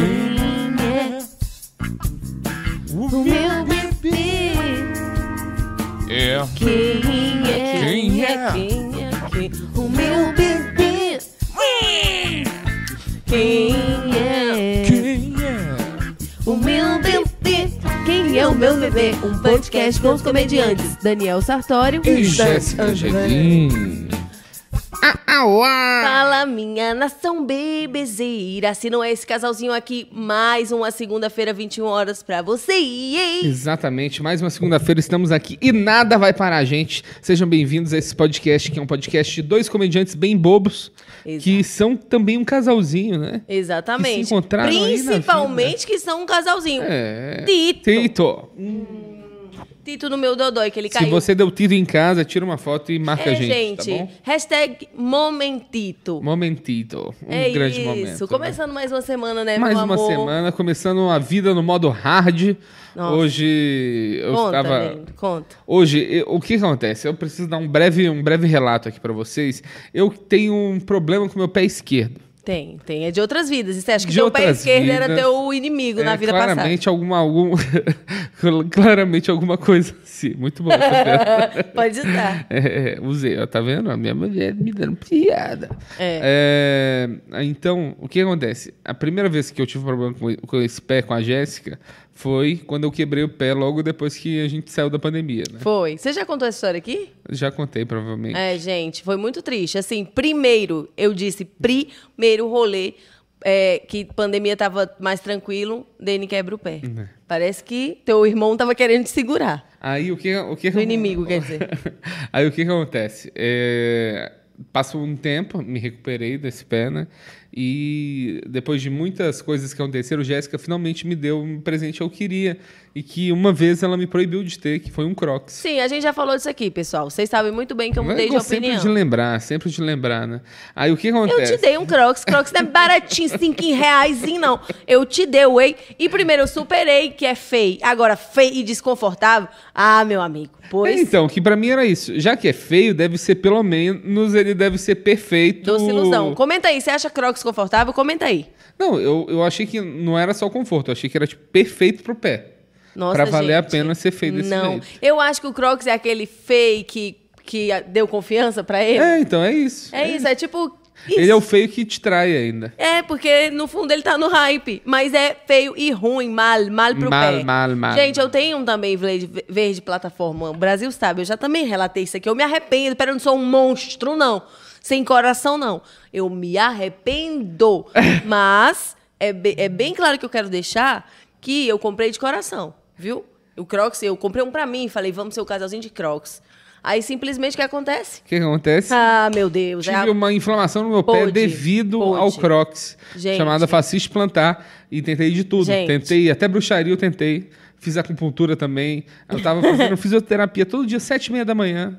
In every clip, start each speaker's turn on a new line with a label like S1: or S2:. S1: Pequeno é o meu bebê.
S2: É.
S1: Quem é?
S2: Quem é?
S1: Quem é? Quem O meu bebê. Quem é?
S2: Quem é?
S1: O meu bebê. Quem é o meu bebê? Um podcast com os comediantes Daniel Sartório
S2: E
S1: Dan
S2: Jéssica
S1: Angelini.
S2: Angelim. Ah, ah, uá.
S1: Fala minha nação bebezeira. Se não é esse casalzinho aqui, mais uma segunda-feira, 21 horas pra você.
S2: Exatamente, mais uma segunda-feira estamos aqui e nada vai parar a gente. Sejam bem-vindos a esse podcast, que é um podcast de dois comediantes bem bobos,
S1: Exato.
S2: que são também um casalzinho, né?
S1: Exatamente.
S2: Que se encontraram aí na
S1: Principalmente que são um casalzinho.
S2: É.
S1: Tito.
S2: Tito,
S1: Tito no meu dodói, que ele
S2: se
S1: caiu.
S2: você deu tiro em casa, tira uma foto e marca a
S1: é,
S2: gente, tá bom?
S1: hashtag momentito.
S2: Momentito, um
S1: é
S2: grande
S1: isso.
S2: momento. né?
S1: Começando mais uma semana, né,
S2: Mais
S1: meu
S2: uma
S1: amor?
S2: semana, começando a vida no modo hard.
S1: Nossa.
S2: Hoje eu
S1: Conta,
S2: estava.
S1: lindo, conta.
S2: Hoje, eu- o que acontece? Eu preciso dar um breve, um breve relato aqui pra vocês. Eu tenho um problema com meu pé esquerdo.
S1: Tem, tem. É de outras vidas. E você acha que
S2: De
S1: teu pé
S2: outras
S1: esquerdo era
S2: vidas.
S1: teu inimigo na
S2: É,
S1: vida
S2: claramente alguma algum, claramente alguma coisa assim. Muito bom. essa piada.
S1: passada? Pode estar.
S2: É, usei, ó, tá vendo? A minha mulher me dando piada. É, então, o que acontece? A primeira vez que eu tive problema com, com esse pé, com a Jéssica, foi quando eu quebrei o pé logo depois que a gente saiu da pandemia, né?
S1: Foi. Você já contou essa história aqui?
S2: Já contei, provavelmente.
S1: É, gente, foi muito triste. Assim, primeiro, eu disse, primeiro rolê, é, que pandemia tava mais tranquilo, Dani quebra o pé.
S2: Né.
S1: Parece que teu irmão tava querendo te segurar.
S2: Aí o que o que
S1: Do inimigo, quer dizer.
S2: Aí o que que acontece? É, Passou um tempo, me recuperei desse pé, né? E depois de muitas coisas que aconteceram, Jéssica finalmente me deu um presente que eu queria e que uma vez ela me proibiu de ter, que foi um Crocs.
S1: Sim, a gente já falou disso aqui, pessoal. Vocês sabem muito bem que eu mudei Então de
S2: gosto sempre
S1: opinião.
S2: de lembrar, sempre de lembrar, né? Aí o que
S1: Eu te
S2: acontece?
S1: dei um Crocs. Crocs não é baratinho, cinco reais, não. Eu te dei, whey. E primeiro eu superei, que é feio. Agora, feio e desconfortável. Ah, meu amigo. Pois
S2: Então, que pra mim era isso. Já que é feio, deve ser pelo menos ele deve ser perfeito.
S1: Doce ilusão. Comenta aí, você acha Crocs confortável? Comenta aí.
S2: Não, eu, eu achei que não era só conforto, eu achei que era tipo, perfeito pro pé.
S1: Nossa,
S2: pra valer a
S1: gente.
S2: pena ser feio desse
S1: Não.
S2: jeito.
S1: Eu acho que o Crocs é aquele feio que, que a- deu confiança pra ele. É,
S2: É, então é isso.
S1: isso, é tipo. Isso.
S2: Ele é o feio que te trai ainda.
S1: É, porque no fundo ele tá no hype. Mas é feio e ruim, mal, mal pro
S2: Mal,
S1: pé.
S2: mal, mal.
S1: Gente, eu tenho um também verde, verde plataforma. O Brasil sabe, eu já também relatei isso aqui. Eu me arrependo. Pera, eu não sou um monstro, não. Sem coração, não. Eu me arrependo. mas é, be- é bem claro que eu quero deixar que eu comprei de coração, viu? O Crocs, eu comprei um pra mim. Falei, vamos ser o casalzinho de Crocs. Aí simplesmente o que acontece?
S2: O que acontece?
S1: Ah, meu Deus. é a-
S2: Tive uma inflamação no meu pé
S1: Pôde,
S2: devido
S1: pôde.
S2: ao Crocs,
S1: Gente.
S2: chamada fascista plantar, e tentei de tudo.
S1: Gente.
S2: Tentei, até bruxaria eu tentei. Fiz acupuntura também. Eu tava fazendo fisioterapia todo dia, sete e meia da manhã.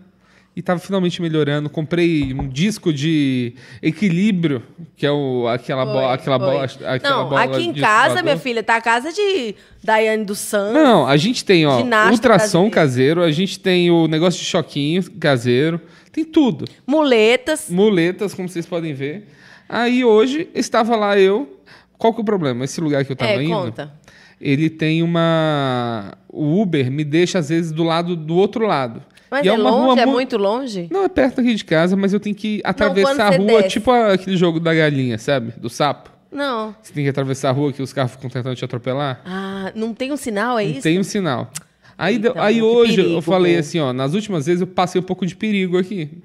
S2: E tava finalmente melhorando. Comprei um disco de equilíbrio, que é o, aquela,
S1: Foi,
S2: bola, aquela,
S1: foi.
S2: bola, aquela
S1: Não,
S2: bola
S1: aqui em
S2: de
S1: casa,
S2: escoador.
S1: minha filha, tá a casa de Daiane dos Santos.
S2: Não, a gente tem, ó,
S1: Ginasta
S2: ultrassom
S1: brasileira.
S2: caseiro, a gente tem o negócio de choquinho caseiro, tem tudo.
S1: Muletas.
S2: Muletas, como vocês podem ver. Aí hoje estava lá eu. Qual que é o problema? Esse lugar que eu tava
S1: É,
S2: indo.
S1: conta.
S2: Ele tem uma. O Uber me deixa, às vezes, do lado do outro lado.
S1: Mas
S2: E
S1: é,
S2: uma
S1: longe?
S2: rua
S1: é
S2: mu-
S1: muito longe?
S2: Não, é perto aqui de casa, mas eu tenho que
S1: quando
S2: atravessar
S1: você
S2: a rua,
S1: desce.
S2: tipo a- aquele jogo da galinha, sabe? Do sapo.
S1: Não.
S2: Você tem que atravessar a rua que os carros ficam tentando te atropelar.
S1: Ah, não tem um sinal, é
S2: Não
S1: isso?
S2: tem um sinal. Aí, deu-
S1: Eita,
S2: aí
S1: que
S2: hoje eu
S1: perigo,
S2: falei
S1: meu.
S2: assim, ó, nas últimas vezes eu passei um pouco de perigo aqui.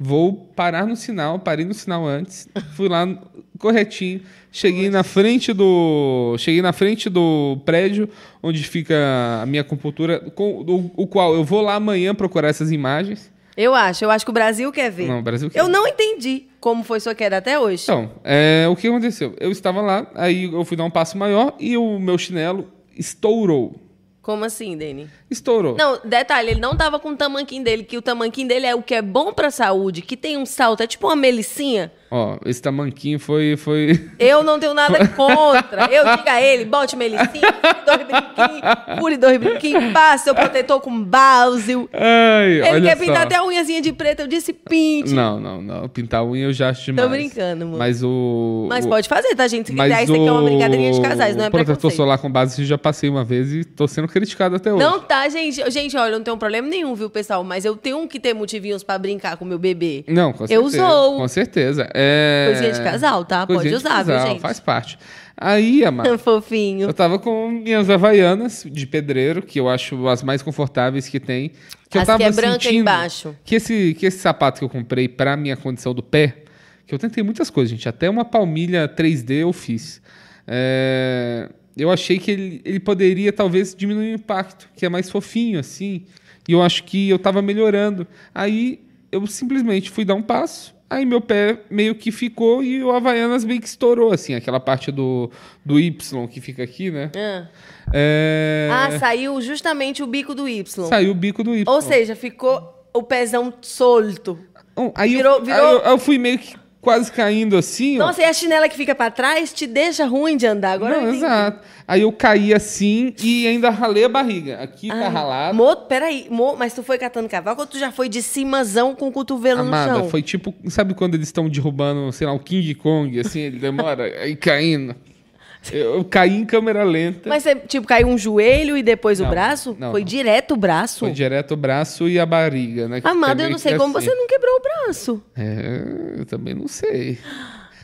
S2: Vou parar no sinal, parei no sinal antes, fui lá no- corretinho, cheguei na frente do, cheguei na frente do prédio onde fica a minha compultura, com o, o qual eu vou lá amanhã procurar essas imagens.
S1: Eu acho, eu acho que o Brasil quer ver.
S2: Não, o Brasil quer
S1: Eu
S2: ver.
S1: não entendi como foi sua queda até hoje.
S2: Então, é, o que aconteceu? Eu estava lá, aí eu fui dar um passo maior e o meu chinelo estourou.
S1: Como assim, Dani?
S2: Estourou.
S1: Não, detalhe, ele não tava com o tamanquinho dele, que o tamanquinho dele é o que é bom pra saúde, que tem um salto, é tipo uma melicinha.
S2: Ó, esse tamanquinho foi. foi...
S1: Eu não tenho nada contra. Eu digo a ele, bote melicinha, cure dois brinquinhos, cure dois brinquinhos, passe seu protetor com bálsio.
S2: Ai,
S1: Ele
S2: olha
S1: quer
S2: só.
S1: pintar até a unhazinha de preto, eu disse pinte.
S2: Não, não, não. Pintar unha eu já acho demais.
S1: brincando, amor.
S2: Mas o.
S1: Mas
S2: o-
S1: pode fazer, tá, gente? Se
S2: Mas
S1: quiser, isso aqui é uma
S2: o-
S1: brincadeirinha de casais, não é
S2: O protetor
S1: preconceito.
S2: solar com base eu já passei uma vez e tô sendo criticado até hoje.
S1: Não tá, gente. Eu- Gente, olha, eu não tenho problema nenhum, viu, pessoal? Mas eu tenho um que ter motivinhos pra brincar com meu bebê.
S2: Não, com certeza.
S1: Eu usou.
S2: Com certeza. É...
S1: Coisinha de casal, tá? Pode
S2: Coisinha de
S1: usar, viu,
S2: casal,
S1: gente?
S2: Faz parte. Aí, Amado,
S1: Fofinho.
S2: eu tava com minhas havaianas de pedreiro, que eu acho as mais confortáveis que tem. Que eu
S1: As
S2: tava
S1: que é branca
S2: sentindo
S1: embaixo.
S2: Que esse, que esse sapato que eu comprei pra minha condição do pé, que eu tentei muitas coisas, gente. Até uma palmilha 3D eu fiz. É, Eu achei que ele, ele poderia talvez diminuir o impacto, que é mais fofinho assim. E eu acho que eu tava melhorando. Aí eu simplesmente fui dar um passo, aí meu pé meio que ficou e o Havaianas meio que estourou, assim, aquela parte do, do Y que fica aqui, né?
S1: Ah.
S2: É,
S1: Ah, saiu justamente o bico do Y.
S2: Saiu o bico do Y.
S1: Ou seja, ficou o pezão solto.
S2: Bom, Aí,
S1: Virou-
S2: eu,
S1: virou-
S2: aí eu- aí eu fui meio que quase caindo assim. ó.
S1: Nossa, e a chinela que fica pra trás te deixa ruim de andar. Agora eu
S2: Não,
S1: entendi.
S2: exato. Aí eu caí assim e ainda ralei a barriga. Aqui tá
S1: Ai,
S2: ralado.
S1: Mo, peraí, mo, mas tu foi catando cavaco ou tu já foi de cimazão com o cotovelo no
S2: Amada,
S1: chão?
S2: foi tipo, sabe quando eles estão derrubando, sei lá, o King Kong, assim, ele demora aí caindo. Eu, eu caí em câmera lenta.
S1: Mas você, tipo, caiu um joelho e depois o
S2: Não,
S1: braço?
S2: não,
S1: foi
S2: não.
S1: direto o braço?
S2: Foi direto o braço e a barriga, né? que
S1: Amada, eu
S2: também
S1: não sei
S2: é
S1: como
S2: assim.
S1: você não quebrou o braço.
S2: É, eu também não sei.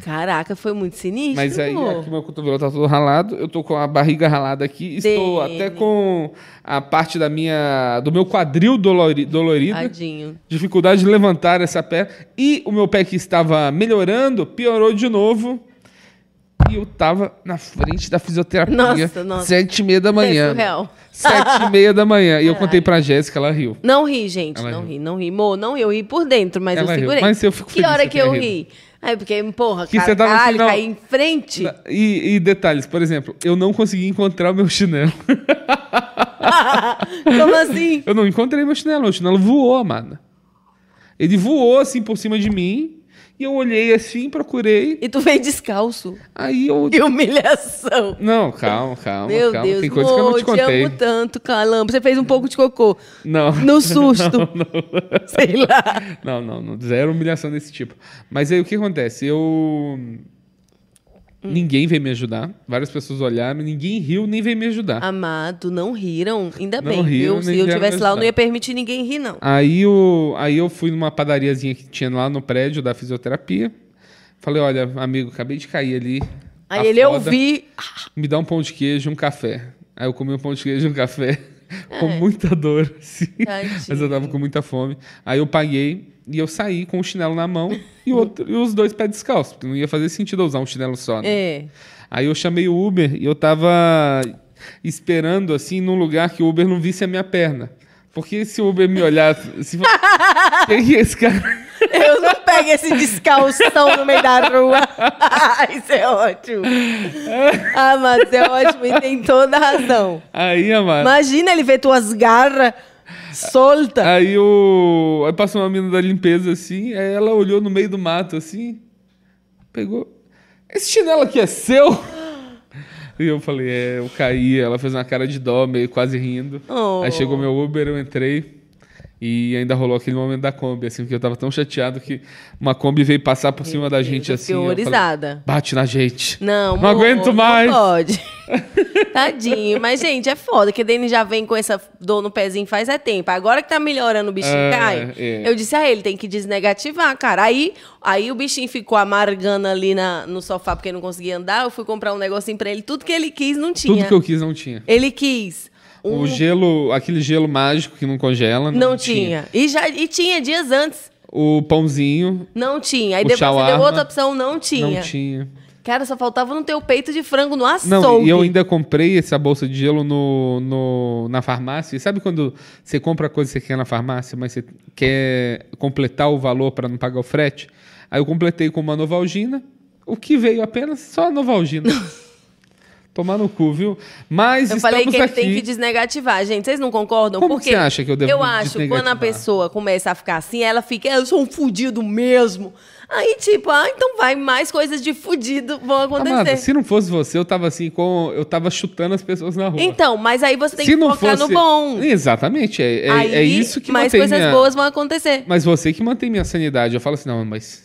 S1: Caraca, foi muito sinistro.
S2: Mas aí
S1: pô.
S2: aqui meu cotovelo tá todo ralado, eu tô com a barriga ralada aqui, estou
S1: Dele.
S2: até com a parte da minha do meu quadril dolori, dolorido.
S1: Tadinho.
S2: Dificuldade de levantar essa perna. E o meu pé que estava melhorando, piorou de novo. E eu tava na frente da fisioterapia.
S1: Nossa, nossa.
S2: Sete e meia da
S1: É
S2: manhã.
S1: surreal.
S2: Sete e meia da manhã. E eu contei pra Jéssica, ela riu.
S1: Não ri, gente.
S2: Ela
S1: não
S2: riu.
S1: ri, não ri. Mo, não ri. Eu ri por dentro, mas
S2: Ela
S1: eu
S2: riu,
S1: segurei.
S2: mas eu fico
S1: que
S2: feliz
S1: hora
S2: que
S1: que
S2: tenha
S1: eu
S2: rido.
S1: ri? Aí, porque, porra,
S2: Que você
S1: caralho,
S2: tava no final-
S1: caí em frente.
S2: E, e detalhes, por exemplo, eu não consegui encontrar o meu chinelo.
S1: Como assim?
S2: Eu não encontrei meu chinelo. Meu chinelo voou, amada. Ele voou assim por cima de mim. E eu olhei assim, procurei.
S1: E tu veio descalço.
S2: Aí eu.
S1: Que humilhação.
S2: Não, calma, calma.
S1: Meu
S2: calma.
S1: Deus,
S2: Tem coisa que eu não
S1: Mo,
S2: te contei.
S1: amo tanto, calamba. Você fez um pouco de cocô.
S2: Não.
S1: No susto.
S2: Não, não.
S1: Sei lá.
S2: Não, não, não. Zero humilhação desse tipo. Mas aí o que acontece? Eu.
S1: Hum.
S2: Ninguém veio me ajudar. Várias pessoas olharam, ninguém riu nem veio me ajudar.
S1: Amado, não riram? Ainda
S2: Não
S1: bem,
S2: riram,
S1: viu? Se
S2: nem
S1: eu
S2: vieram
S1: tivesse lá, eu não
S2: ajudar.
S1: ia permitir ninguém rir, não.
S2: Aí, o, aí eu fui numa padariazinha que tinha lá no prédio da fisioterapia. Falei, olha, amigo, acabei de cair ali.
S1: Aí
S2: Tá
S1: ele, eu
S2: foda.
S1: vi.
S2: Me dá um pão de queijo e um café. Aí eu comi um pão de queijo e um café. Com muita dor, assim.
S1: É. Tadinho.
S2: Mas eu tava com muita fome. Aí eu paguei e eu saí com o chinelo na mão e, o outro- e os dois pés descalços. Porque não ia fazer sentido eu usar um chinelo só, né?
S1: É.
S2: Aí eu chamei o Uber e eu tava esperando, assim, num lugar que o Uber não visse a minha perna. Porque se o Uber me olhar, se fa- Quem que é esse cara?
S1: Eu não pego esse descalção no meio da rua. Isso é ótimo. Ah, mas isso é ótimo e tem toda a razão.
S2: Aí, amado.
S1: Imagina ele ver tuas garras soltas.
S2: Aí o. Aí passou uma menina da limpeza assim, aí ela olhou no meio do mato assim, pegou. Esse chinelo aqui é seu? E eu falei, é, eu caí. Ela fez uma cara de dó, meio quase rindo.
S1: Oh.
S2: Aí chegou meu Uber, eu entrei. E ainda rolou aquele momento da Kombi, assim, porque eu tava tão chateado que uma Kombi veio passar por cima da gente,
S1: eu
S2: assim.
S1: fiquei
S2: eu falei,
S1: horrorizada.
S2: Bate na gente.
S1: é Não,
S2: Não
S1: amor,
S2: aguento mais.
S1: Não pode. Tadinho. Mas, gente, é foda, que Dani já vem com essa dor no pezinho faz é tempo. Agora que tá melhorando o bichinho
S2: É,
S1: cai,
S2: é.
S1: eu disse a ele, tem que desnegativar, cara. Aí, aí o bichinho ficou amargando ali na, no sofá porque não conseguia andar. Eu fui comprar um negocinho pra ele. Tudo que ele quis, não tinha.
S2: Tudo que eu quis não tinha.
S1: Ele quis. Um
S2: O gelo, aquele gelo mágico que não congela.
S1: não, tinha. E, já, e tinha dias antes.
S2: O pãozinho.
S1: Não tinha. Aí
S2: O
S1: depois você deu
S2: shawarma.
S1: outra opção, não tinha.
S2: Não tinha.
S1: Cara, só faltava não ter o peito de frango no açougue.
S2: Não, e eu ainda comprei essa bolsa de gelo no, no- na farmácia. E sabe quando você compra coisa que você quer na farmácia, mas você quer completar o valor para não pagar o frete? Aí eu completei com uma Novalgina. O que veio apenas? Só a Novalgina. Tomar no cu, viu? Mas
S1: Eu
S2: estamos
S1: falei que ele
S2: aqui.
S1: tem que desnegativar, gente. Vocês não concordam?
S2: Como
S1: Porque
S2: que você acha que eu devo
S1: Eu acho, que quando a
S2: desnegativar?
S1: pessoa começa a ficar assim, ela fica, eu sou um fudido mesmo. Aí, tipo, ah, então vai, mais coisas de fudido vão acontecer.
S2: Amada, se não fosse você, eu tava assim, com... eu tava chutando as pessoas na rua.
S1: Então, mas aí você tem
S2: se
S1: que
S2: não
S1: focar
S2: fosse...
S1: no bom.
S2: Exatamente, é, é,
S1: aí,
S2: é isso que
S1: mais
S2: mantém
S1: coisas
S2: minha...
S1: boas vão acontecer.
S2: Mas você que mantém minha sanidade. Eu falo assim, não, mas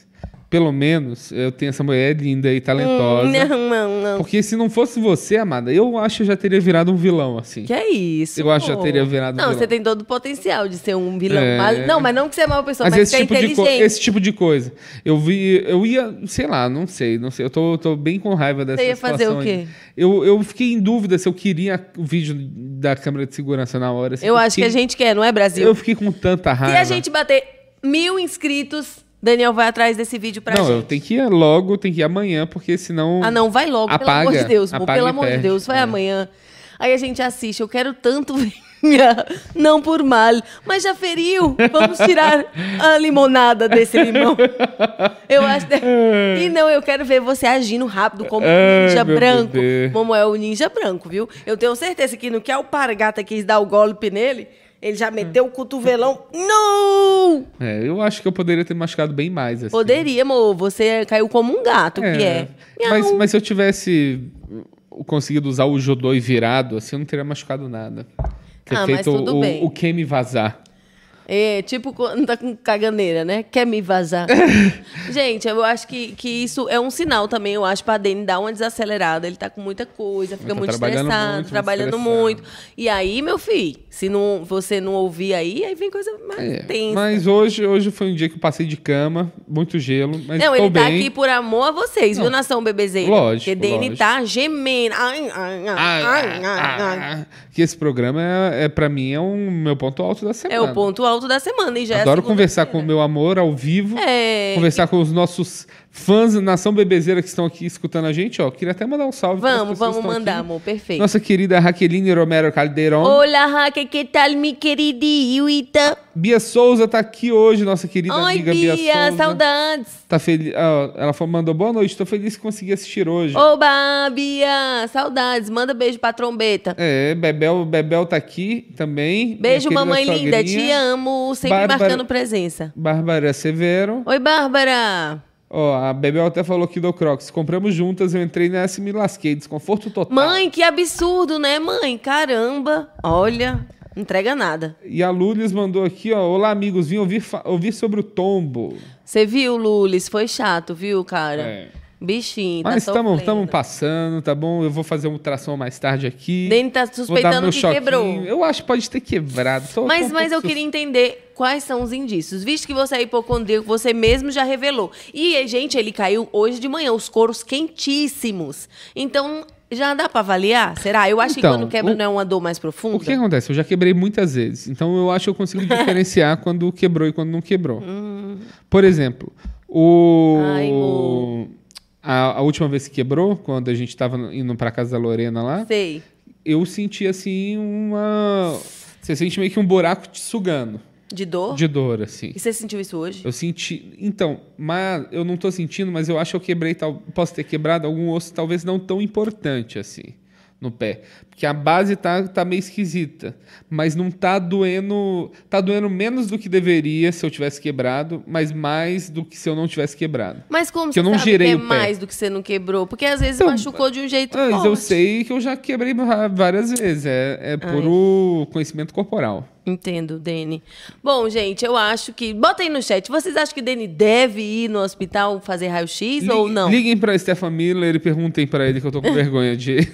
S2: pelo menos eu tenho essa mulher linda e talentosa.
S1: Não, não, não.
S2: Porque se não fosse você, amada, eu acho que eu já teria virado um vilão, assim.
S1: Que é isso?
S2: Eu acho que já
S1: pô.
S2: teria virado
S1: Não,
S2: vilão.
S1: você tem todo o potencial de ser um vilão.
S2: É.
S1: Mas- não, mas não que você é uma pessoa,
S2: Mas
S1: mas,
S2: esse
S1: que é
S2: tipo, de co-
S1: inteligente.
S2: esse tipo de coisa. Eu vi, eu ia, sei lá, não sei, não sei. Eu tô, tô bem com raiva dessa
S1: Você ia fazer
S2: situação
S1: o quê?
S2: aí. Eu, eu fiquei em dúvida se eu queria o vídeo da câmera de segurança na hora. assim.
S1: Eu acho que
S2: fiquei-
S1: a gente quer, não é, Brasil?
S2: Eu fiquei com tanta raiva.
S1: Se a gente bater mil inscritos, Daniel vai atrás desse vídeo pra
S2: Não,
S1: gente.
S2: eu tenho que ir logo, tenho que ir amanhã, porque senão.
S1: Ah, não, vai logo,
S2: Apaga,
S1: pelo amor de Deus, amor,
S2: apaga
S1: pelo
S2: e
S1: amor de
S2: perde,
S1: Deus, vai
S2: é.
S1: amanhã. Aí a gente assiste, eu quero tanto ver. Não por mal, mas já feriu. Vamos tirar a limonada desse limão. Eu acho. E não, eu quero ver você agindo rápido como um
S2: Ai,
S1: ninja
S2: meu
S1: branco.
S2: bebê.
S1: Como é o ninja branco, viu? Eu tenho certeza que no que a Alpargata quis dar o golpe nele, ele já meteu o cotovelão. Não!
S2: É, eu acho que eu poderia ter machucado bem mais. Assim.
S1: Poderia, amor. Você caiu como um gato, que é.
S2: Mas, mas se eu tivesse conseguido usar o Jodoi virado, assim, eu não teria machucado nada. Ter
S1: Ah, mas
S2: feito
S1: tudo
S2: o,
S1: bem.
S2: o que me vazar.
S1: É, tipo quando tá com caganeira, né? Quer me vazar. Gente, eu acho que, que isso é um sinal também, eu acho, pra Dani dar uma desacelerada. Ele tá com muita coisa, fica
S2: tá
S1: muito
S2: trabalhando
S1: estressado,
S2: muito, muito
S1: trabalhando
S2: estressado.
S1: muito. E aí, meu filho, se não, você não ouvir aí, aí vem coisa mais
S2: É,
S1: tensa.
S2: mas hoje, hoje foi um dia que eu passei de cama, muito gelo, mas
S1: Não,
S2: tô
S1: ele
S2: bem.
S1: tá aqui por amor a vocês, viu,
S2: Não.
S1: nação bebezeira?
S2: Lógico,
S1: Porque Dani
S2: lógico.
S1: tá gemendo. Ai, ai, ai,
S2: Ah,
S1: ai,
S2: ah,
S1: ai, ai.
S2: ah, que esse programa é, é para mim é um meu ponto alto da semana.
S1: É o ponto alto da semana, e já é a
S2: Adoro conversar com o
S1: segunda-feira.
S2: meu amor ao vivo.
S1: É,
S2: Conversar com os nossos fãs nação bebezeira que estão aqui escutando a gente, ó. Queria até mandar um salve para as
S1: Vamos,
S2: pessoas que
S1: vamos
S2: estão
S1: mandar,
S2: aqui.
S1: amor, perfeito.
S2: Nossa querida Raqueline Romero Caldeirão.
S1: Olá, Raquel, que tal, minha querida Iuita?
S2: Bia Souza tá aqui hoje, nossa querida
S1: Oi,
S2: amiga
S1: Bia,
S2: Bia, Souza.
S1: saudades.
S2: Tá feliz. ah, ela falou, mandou boa noite, tô feliz que consegui assistir hoje.
S1: Oba, Bia, saudades. Manda beijo pra trombeta.
S2: É, Bebel, Bebel tá aqui também.
S1: Beijo,
S2: minha querida
S1: mamãe linda, te
S2: sogrinha.
S1: amo, sempre
S2: Bárbara-
S1: marcando presença.
S2: Bárbara Severo.
S1: Oi, Bárbara.
S2: Ó, a Bebel até falou aqui do Crocs. Compramos juntas, eu entrei nessa e me lasquei. Desconforto total.
S1: Mãe, que absurdo, né, mãe? Caramba, olha, não entrega nada.
S2: E a Lulis mandou aqui, ó. Olá, amigos, vim ouvir, fa- ouvir sobre o tombo.
S1: Você viu, Lulis? Foi chato, viu, cara?
S2: É.
S1: Bichinho, tá
S2: Mas estamos
S1: sofrendo.
S2: passando, tá bom? Eu vou fazer uma tração mais tarde aqui.
S1: Dani tá
S2: Vou dar
S1: suspeitando
S2: meu
S1: que
S2: choquinho.
S1: quebrou.
S2: Eu acho que pode ter quebrado. Tô- tô
S1: Mas,
S2: um
S1: mas
S2: pouco
S1: eu queria entender quais são os indícios. Visto que você é hipocondríaco, você mesmo já revelou. E, gente, ele caiu hoje de manhã, os coros quentíssimos. Então, já dá pra avaliar? Será? Eu acho
S2: Então,
S1: que quando quebra
S2: o-
S1: não é uma dor mais profunda.
S2: O que acontece? Eu já quebrei muitas vezes. Então eu acho que eu consigo diferenciar quando quebrou e quando não quebrou. Por exemplo, o.
S1: Hum. Ai, amor.
S2: a, a última vez que quebrou, quando a gente tava no- indo pra casa da Lorena lá,
S1: Sei.
S2: eu senti assim uma. Você sente meio que um buraco te sugando
S1: De dor?
S2: de dor, assim.
S1: E você sentiu isso hoje?
S2: Eu senti. Então, mas eu não tô sentindo, mas eu acho que eu quebrei. Tal, posso ter quebrado algum osso, talvez não tão importante assim, no pé. Porque a base tá, tá meio esquisita. Mas não tá doendo. Tá doendo menos do que deveria se eu tivesse quebrado, mas mais do que se eu não tivesse quebrado.
S1: Mas como
S2: Que
S1: você
S2: eu não
S1: sabe
S2: girei
S1: que é
S2: o pé.
S1: mais do que você não quebrou? Porque às vezes
S2: Então,
S1: machucou de um jeito
S2: Ah, Mas
S1: forte.
S2: eu sei que eu já quebrei va- várias vezes. É, é puro conhecimento corporal.
S1: Entendo, Dene. Bom, gente, eu acho que... Bota aí no chat. Vocês acham que Dene deve ir no hospital fazer raio-x ou
S2: Li-
S1: não?
S2: Liguem pra Stefan Miller e perguntem pra ele que eu tô com vergonha de.
S1: de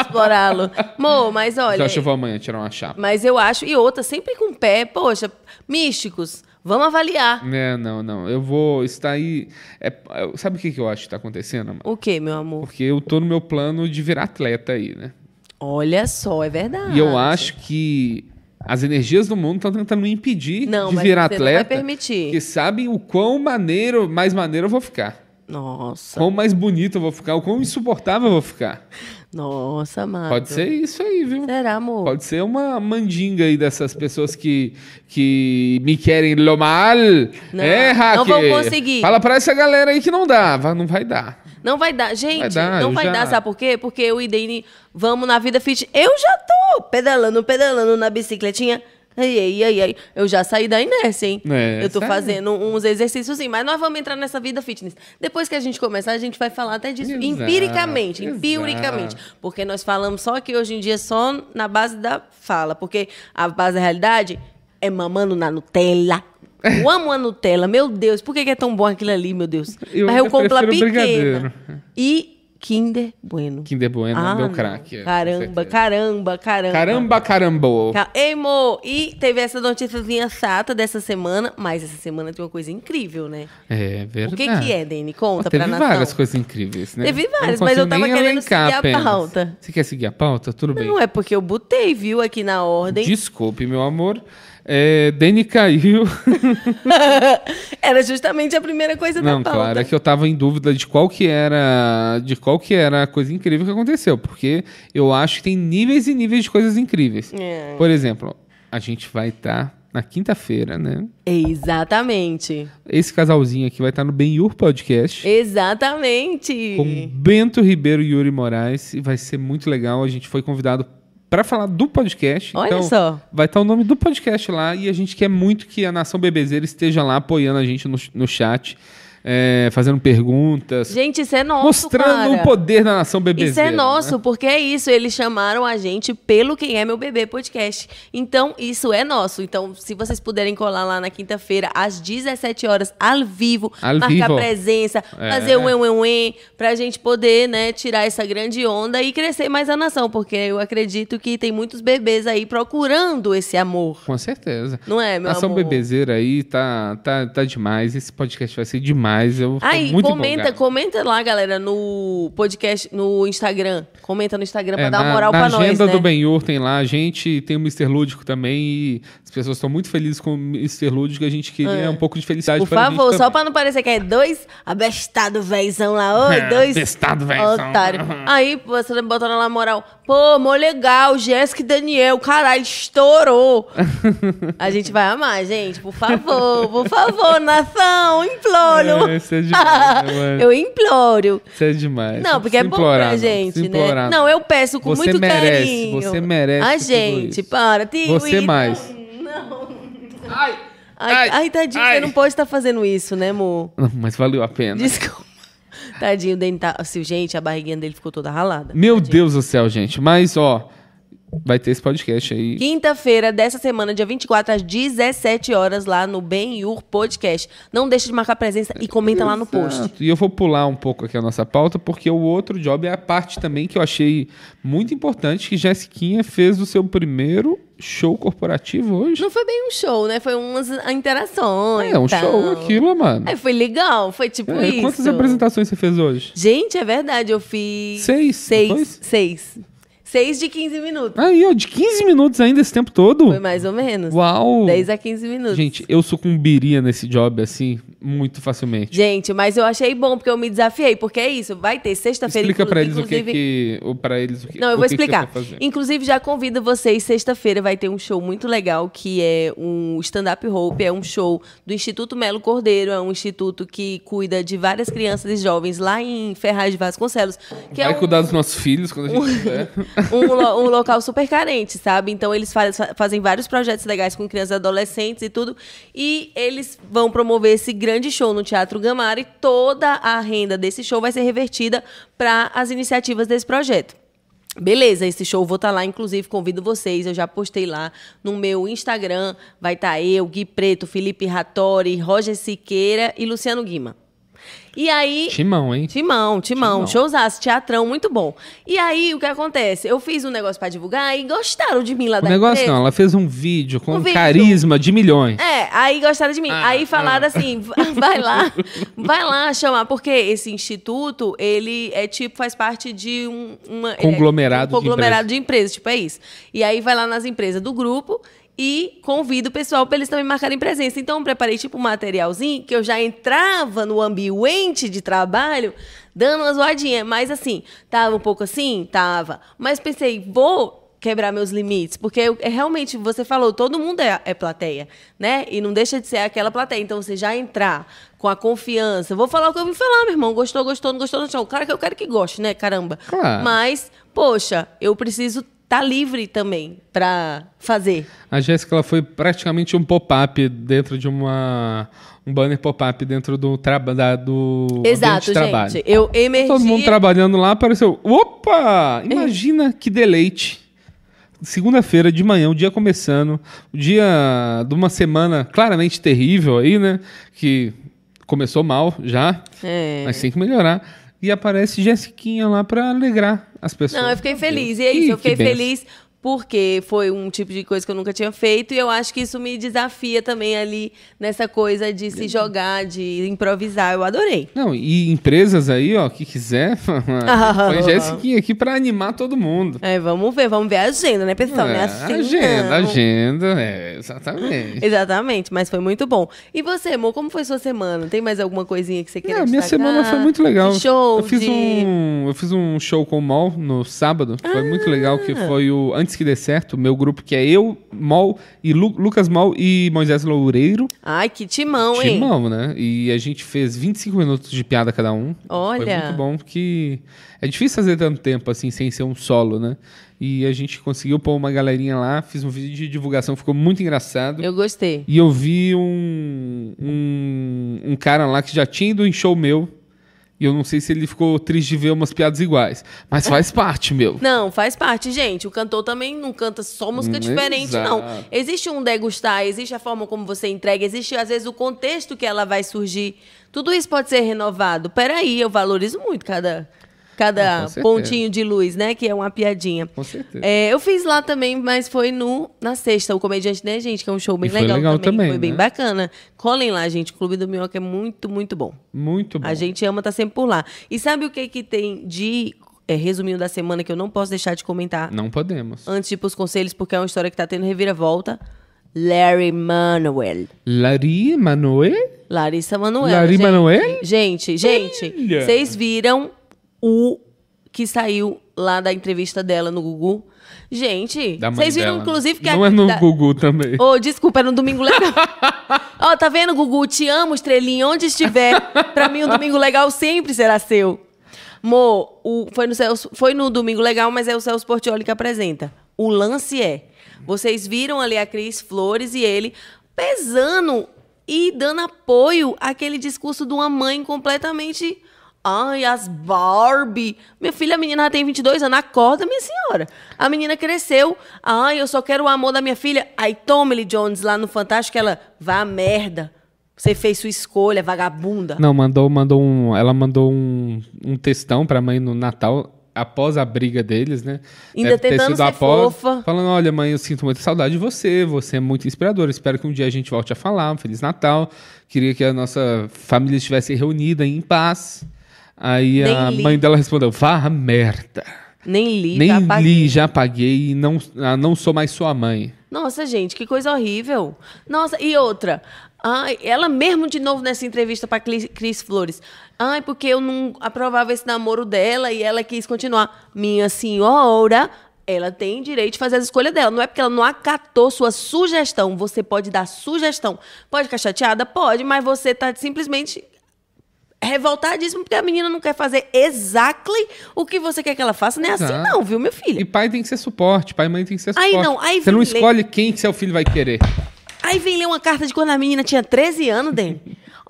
S1: explorá-lo. Mô, mas
S2: Eu
S1: olha.
S2: acho que eu vou amanhã tirar uma chapa.
S1: Mas eu acho. E outra, sempre com o pé, poxa, místicos, vamos avaliar.
S2: É, não, não. Eu vou estar aí. é, eu- sabe o que, que eu acho que tá acontecendo, Amanda?
S1: O que, meu amor?
S2: Porque eu tô no meu plano de virar atleta aí, né?
S1: Olha só, é verdade.
S2: E eu acho que as energias do mundo estão tentando me impedir
S1: Não,
S2: de
S1: mas
S2: virar
S1: você não vai
S2: atleta.
S1: permitir.
S2: Porque sabem o quão maneiro, mais maneiro eu vou ficar.
S1: Nossa,
S2: Quão mais bonito eu vou ficar, o quão insuportável eu vou ficar.
S1: Ah, nossa, mano.
S2: Pode ser isso aí, viu?
S1: Será, amor?
S2: Pode ser uma mandinga aí dessas pessoas que, que me querem lo mal.
S1: Não,
S2: é, hacker.
S1: não vão conseguir.
S2: Fala pra essa galera aí que não dá. Vai- Não vai dar.
S1: Não vai dar. Gente,
S2: Vai dar,
S1: não
S2: eu
S1: vai
S2: já-
S1: dar, sabe por quê? Porque eu e Dani vamos na vida fit. Eu já tô pedalando, pedalando na bicicletinha. Ai, ai, ai, ai. Eu já saí da inércia, hein?
S2: É,
S1: eu tô
S2: sério.
S1: fazendo uns exercícios, sim. Mas nós vamos entrar nessa vida fitness. Depois que a gente começar, a gente vai falar até disso.
S2: Exato,
S1: empiricamente,
S2: exato.
S1: empiricamente. Porque nós falamos só que hoje em dia é só na base da fala. Porque a base da realidade é mamando na Nutella. Eu amo a Nutella, meu Deus. Por que, que é tão bom aquilo ali, meu Deus?
S2: Eu
S1: Mas
S2: ainda
S1: eu compro a
S2: prefiro
S1: pequena.
S2: brigadeiro.
S1: E Kinder Bueno.
S2: Kinder Bueno
S1: Ah,
S2: deu
S1: não.
S2: craque. é, com
S1: Caramba,
S2: certeza.
S1: caramba, caramba.
S2: Caramba, carambou.
S1: Ca- Ei, mo, e teve essa noticiazinha chata dessa semana, mas essa semana tem uma coisa incrível, né?
S2: É verdade.
S1: O que que é, Dani? Conta
S2: Ó, teve
S1: pra nação.
S2: várias coisas incríveis, né?
S1: Teve
S2: Eu não
S1: várias, mas eu
S2: consigo
S1: tava
S2: nem
S1: querendo
S2: elencar
S1: seguir a
S2: apenas.
S1: pauta.
S2: Você quer seguir a pauta? Tudo bem.
S1: Não é porque eu botei, viu, aqui na ordem.
S2: Desculpe, meu amor. É, Dani caiu.
S1: Era justamente a primeira coisa
S2: Não,
S1: da pauta.
S2: claro, é que eu tava em dúvida de qual que era, de qual que era a coisa incrível que aconteceu, porque eu acho que tem níveis e níveis de coisas incríveis.
S1: É.
S2: Por exemplo, a gente vai estar na quinta-feira, né?
S1: Exatamente.
S2: Esse casalzinho aqui vai estar no Benhur Podcast.
S1: Exatamente.
S2: com Bento Ribeiro e Yuri Moraes. E vai ser muito legal. A gente foi convidado para falar do podcast.
S1: Olha
S2: então,
S1: só.
S2: Vai estar o nome do podcast lá e a gente quer muito que a Nação Bebezeira esteja lá apoiando a gente no, no chat, é, fazendo perguntas,
S1: Gente, isso é nosso,
S2: mostrando um
S1: cara.
S2: o poder da Nação Bebezeira.
S1: Isso é nosso,
S2: né?
S1: porque é isso. Eles chamaram a gente pelo Quem é Meu Bebê podcast. Então, isso é nosso. Então, se vocês puderem colar lá na quinta-feira, às 17 horas, ao vivo,
S2: Ao
S1: marcar
S2: vivo.
S1: presença,
S2: É.
S1: fazer um um um pra gente poder, né, tirar essa grande onda e crescer mais a nação, porque eu acredito que tem muitos bebês aí procurando esse amor.
S2: Com certeza.
S1: Não é, meu
S2: Nação
S1: amor?
S2: Bebezeira aí tá, tá, tá demais. Esse podcast vai ser demais. Eu tô
S1: Aí,
S2: muito
S1: comenta,
S2: empolgado.
S1: comenta lá, galera, no podcast, no Instagram. Comenta no Instagram pra
S2: É,
S1: dar uma
S2: na-
S1: moral
S2: na
S1: pra nós,
S2: agenda
S1: né?
S2: do Benhur tem lá a gente, tem o Mr. Lúdico também e as pessoas estão muito felizes com o Mr. Lúdico, a gente queria um pouco de felicidade
S1: É. Por
S2: pra gente
S1: favor, só
S2: também.
S1: pra não parecer que é dois abestados véizão lá, oi,
S2: É,
S1: dois
S2: abestado Uhum. véizão.
S1: otário.
S2: É,
S1: Aí, você botando lá na moral, pô, mó legal, Jéssica e Daniel, caralho, estourou. A gente vai amar, gente, por favor, por favor, nação, imploro.
S2: É, isso é demais, né, mano?
S1: Eu imploro.
S2: Isso é demais.
S1: Não, porque é bom pra gente, né? Não, eu peço com
S2: Você
S1: muito
S2: merece,
S1: carinho.
S2: você merece
S1: A
S2: tudo
S1: gente,
S2: isso.
S1: para. Tio,
S2: Você
S1: e-
S2: mais.
S1: Ai, ai,
S2: Ai,
S1: tadinho,
S2: ai.
S1: você não pode estar fazendo isso, né, amor?
S2: Não, mas valeu a pena.
S1: Desculpa. Tadinho, o dental. Assim, gente, a barriguinha dele ficou toda ralada.
S2: Meu Deus do céu, gente. Mas, ó, vai ter esse podcast aí.
S1: Quinta-feira dessa semana, dia 24, às 17 horas, lá no Benhur Podcast. Não deixe de marcar presença e comenta tá lá no post.
S2: Exato. E eu vou pular um pouco aqui a nossa pauta, porque o outro job é a parte também que eu achei muito importante, que Jessiquinha fez o seu primeiro show corporativo hoje.
S1: Não foi bem um show, né? Foi umas interações.
S2: é, um
S1: tal.
S2: show aquilo, mano.
S1: Aí foi legal, É, foi tipo
S2: É,
S1: isso.
S2: quantas apresentações você fez hoje?
S1: Gente, é verdade, eu fiz.
S2: Seis, não
S1: Seis.
S2: foi?
S1: Seis. Seis de 15 minutos.
S2: Aí, ó, de 15 minutos ainda esse tempo todo?
S1: Foi mais ou menos.
S2: Uau!
S1: 10 a 15 minutos.
S2: Gente, eu sucumbiria nesse job assim, muito facilmente.
S1: Gente, mas eu achei bom, porque eu me desafiei, porque é isso, vai ter sexta-feira.
S2: Explica pra eles o que
S1: inclusive-
S2: que... Ou pra eles o que
S1: Não, eu
S2: o
S1: vou
S2: que que você tá
S1: explicar.
S2: vai fazer.
S1: Inclusive, já convido vocês, sexta-feira vai ter um show muito legal, que é um stand-up hope, é um show do Instituto Melo Cordeiro, é um instituto que cuida de várias crianças e jovens lá em Ferraz de Vasconcelos. Que
S2: Vai
S1: é um-
S2: cuidar dos nossos filhos quando a gente quiser.
S1: um, lo- um local super carente, sabe? Então eles fa- fa- fazem vários projetos legais com crianças e adolescentes e tudo. E eles vão promover esse grande show no Teatro Gamara e toda a renda desse show vai ser revertida para as iniciativas desse projeto. Beleza, esse show eu vou estar lá, inclusive convido vocês, eu já postei lá no meu Instagram, vai estar eu, Gui Preto, Felipe Rattori, Roger Siqueira e Luciano Guima. E aí,
S2: Timão, hein?
S1: Timão, Timão,
S2: Timão.
S1: showzaço, teatrão, muito bom. E aí, o que acontece? Eu fiz um negócio pra divulgar e gostaram de mim lá
S2: O
S1: da
S2: negócio
S1: empresa.
S2: não, ela fez um vídeo com
S1: Um vídeo.
S2: carisma de milhões.
S1: É, aí gostaram de mim.
S2: Ah,
S1: aí falaram
S2: ah.
S1: assim, "Va- vai lá, vai lá chamar, porque esse instituto, ele é tipo, faz parte de um uma- ele é
S2: Conglomerado
S1: um
S2: de
S1: conglomerado de empresas, tipo, é isso. E aí vai lá nas empresas do grupo e convida o pessoal pra eles também marcarem presença. Então, eu preparei tipo um materialzinho que eu já entrava no ambiente de trabalho dando uma zoadinha. Mas assim, tava um pouco assim? Tava. Mas pensei, vou quebrar meus limites. Porque eu- é realmente, você falou, todo mundo é, é plateia, né? E não deixa de ser aquela plateia. Então, você já entrar com a confiança. Vou falar o que eu vim falar, meu irmão. Gostou, gostou, não gostou, não gostou. Claro que eu quero que goste, né? Caramba.
S2: Claro.
S1: Mas, poxa, eu preciso estar livre também pra fazer.
S2: A Jéssica ela foi praticamente um pop-up dentro de uma. Um banner pop-up dentro do, traba, da, do ambiente
S1: Exato,
S2: de trabalho. Tá
S1: gente. Eu emergi...
S2: Todo mundo trabalhando lá, apareceu. Opa! Imagina que deleite. Segunda-feira de manhã, o dia começando, o dia de uma semana claramente terrível aí, né? Que começou mal já,
S1: É.
S2: mas tem que melhorar. E aparece Jessiquinha lá pra alegrar as pessoas.
S1: Não, eu fiquei
S2: Meu Deus,
S1: feliz. E é
S2: que-
S1: isso, eu
S2: que
S1: fiquei
S2: benção.
S1: feliz porque foi um tipo de coisa que eu nunca tinha feito e eu acho que isso me desafia também ali nessa coisa de se jogar, de improvisar. Eu adorei.
S2: Não, e empresas aí, ó, que quiser, põe Jessiquinha aqui pra animar todo mundo.
S1: É, vamos ver, vamos ver a agenda, né, pessoal? Não é
S2: É,
S1: assim,
S2: agenda,
S1: não.
S2: agenda, é, exatamente.
S1: Exatamente, mas foi muito bom. E você, amor, como foi sua semana? Tem mais alguma coisinha que você queria
S2: É, minha
S1: destacar?
S2: semana foi muito legal.
S1: De show,
S2: eu fiz
S1: de-
S2: um, eu fiz um show com o Mol no sábado. Foi muito
S1: Ah.
S2: legal que foi o antes que dê certo, meu grupo que é eu, Mol e Lu- Lucas Mol e Moisés Loureiro.
S1: Ai, que timão, hein?
S2: Timão, né? E a gente fez 25 minutos de piada cada um. Foi
S1: Olha.
S2: muito bom, porque é difícil fazer tanto tempo assim, sem ser um solo, né? E a gente conseguiu pôr uma galerinha lá, fiz um vídeo de divulgação, ficou muito engraçado.
S1: Eu gostei.
S2: E eu vi um, um, um cara lá que já tinha ido em show meu. E eu não sei se ele ficou triste de ver umas piadas iguais. Mas faz parte, meu.
S1: Não, faz parte, gente. O cantor também não canta só música
S2: Hum,
S1: diferente,
S2: exato.
S1: não. Existe um degustar, existe a forma como você entrega, existe, às vezes, o contexto que ela vai surgir. Tudo isso pode ser renovado. Peraí, eu valorizo muito cada,
S2: Ah,
S1: cada
S2: com certeza.
S1: pontinho de luz, né? Que é uma piadinha.
S2: Com certeza.
S1: É, eu fiz lá também, mas foi no, na sexta, o Comediante né, gente, que é um show bem
S2: E foi
S1: legal,
S2: legal
S1: também.
S2: também,
S1: foi bem
S2: né?
S1: bacana. Colhem lá, gente. O Clube do Minhoca é muito, muito bom.
S2: Muito bom.
S1: A gente ama estar sempre por lá. E sabe o que, que tem de é, resuminho da semana que eu não posso deixar de comentar
S2: Não podemos.
S1: antes de ir pros conselhos, porque é uma história que tá tendo reviravolta? Larry Manuel.
S2: Lari Manoel?
S1: Larissa Manoel.
S2: Larry
S1: é, gente.
S2: Manoel?
S1: Gente, gente,
S2: Olha!
S1: vocês viram o que saiu lá da entrevista dela no Gugu? Gente,
S2: Da mãe
S1: vocês viram
S2: dela.
S1: inclusive que
S2: Não é no
S1: da-
S2: Gugu também.
S1: Ô, desculpa, era um domingo legal. Ó, tá vendo, Gugu? Te amo, estrelinha, onde estiver. Pra mim, o domingo legal sempre será seu. Mo, o- foi, no Celso- foi no domingo legal, mas é o Celso Portioli que apresenta. O lance é: vocês viram ali a Cris Flores e ele pesando e dando apoio àquele discurso de uma mãe completamente. Ai, as Barbie. Minha filha, a menina ela tem 22 anos. Acorda, minha senhora. A menina cresceu. Ai, eu só quero o amor da minha filha. Aí toma ele Jones lá no Fantástico. Ela, vá à merda. Você fez sua escolha, vagabunda.
S2: Não, mandou, mandou um. Ela mandou um, um textão pra mãe no Natal. Após a briga deles, né?
S1: Ainda tentando ser fofa.
S2: Falando, olha, mãe, eu sinto muita saudade de você. Você é muito inspiradora. Espero que um dia a gente volte a falar. Um Feliz Natal. Queria que a nossa família estivesse reunida em paz. Aí a
S1: Nem li.
S2: mãe dela respondeu, vá a merda.
S1: Nem li,
S2: Nem
S1: tá apagado.
S2: li, já paguei. Não, ah, não sou mais sua mãe.
S1: Nossa, gente, que coisa horrível. Nossa, e outra. Ai, ela mesmo de novo nessa entrevista pra Cli- Cris Flores. Ai, porque eu não aprovava esse namoro dela e ela quis continuar. Minha senhora, ela tem direito de fazer a escolha dela. Não é porque ela não acatou sua sugestão. Você pode dar sugestão. Pode ficar chateada? Pode, mas você tá simplesmente revoltadíssimo porque a menina não quer fazer exactly o que você quer que ela faça. Não é assim
S2: Exato.
S1: não, viu, minha filha?
S2: E pai tem que ser suporte. Pai e mãe tem que ser
S1: Aí
S2: suporte.
S1: não, aí
S2: Você não
S1: vem ler-
S2: escolhe quem que seu filho vai querer.
S1: Aí vem ler uma carta de quando a menina tinha 13 anos, Den.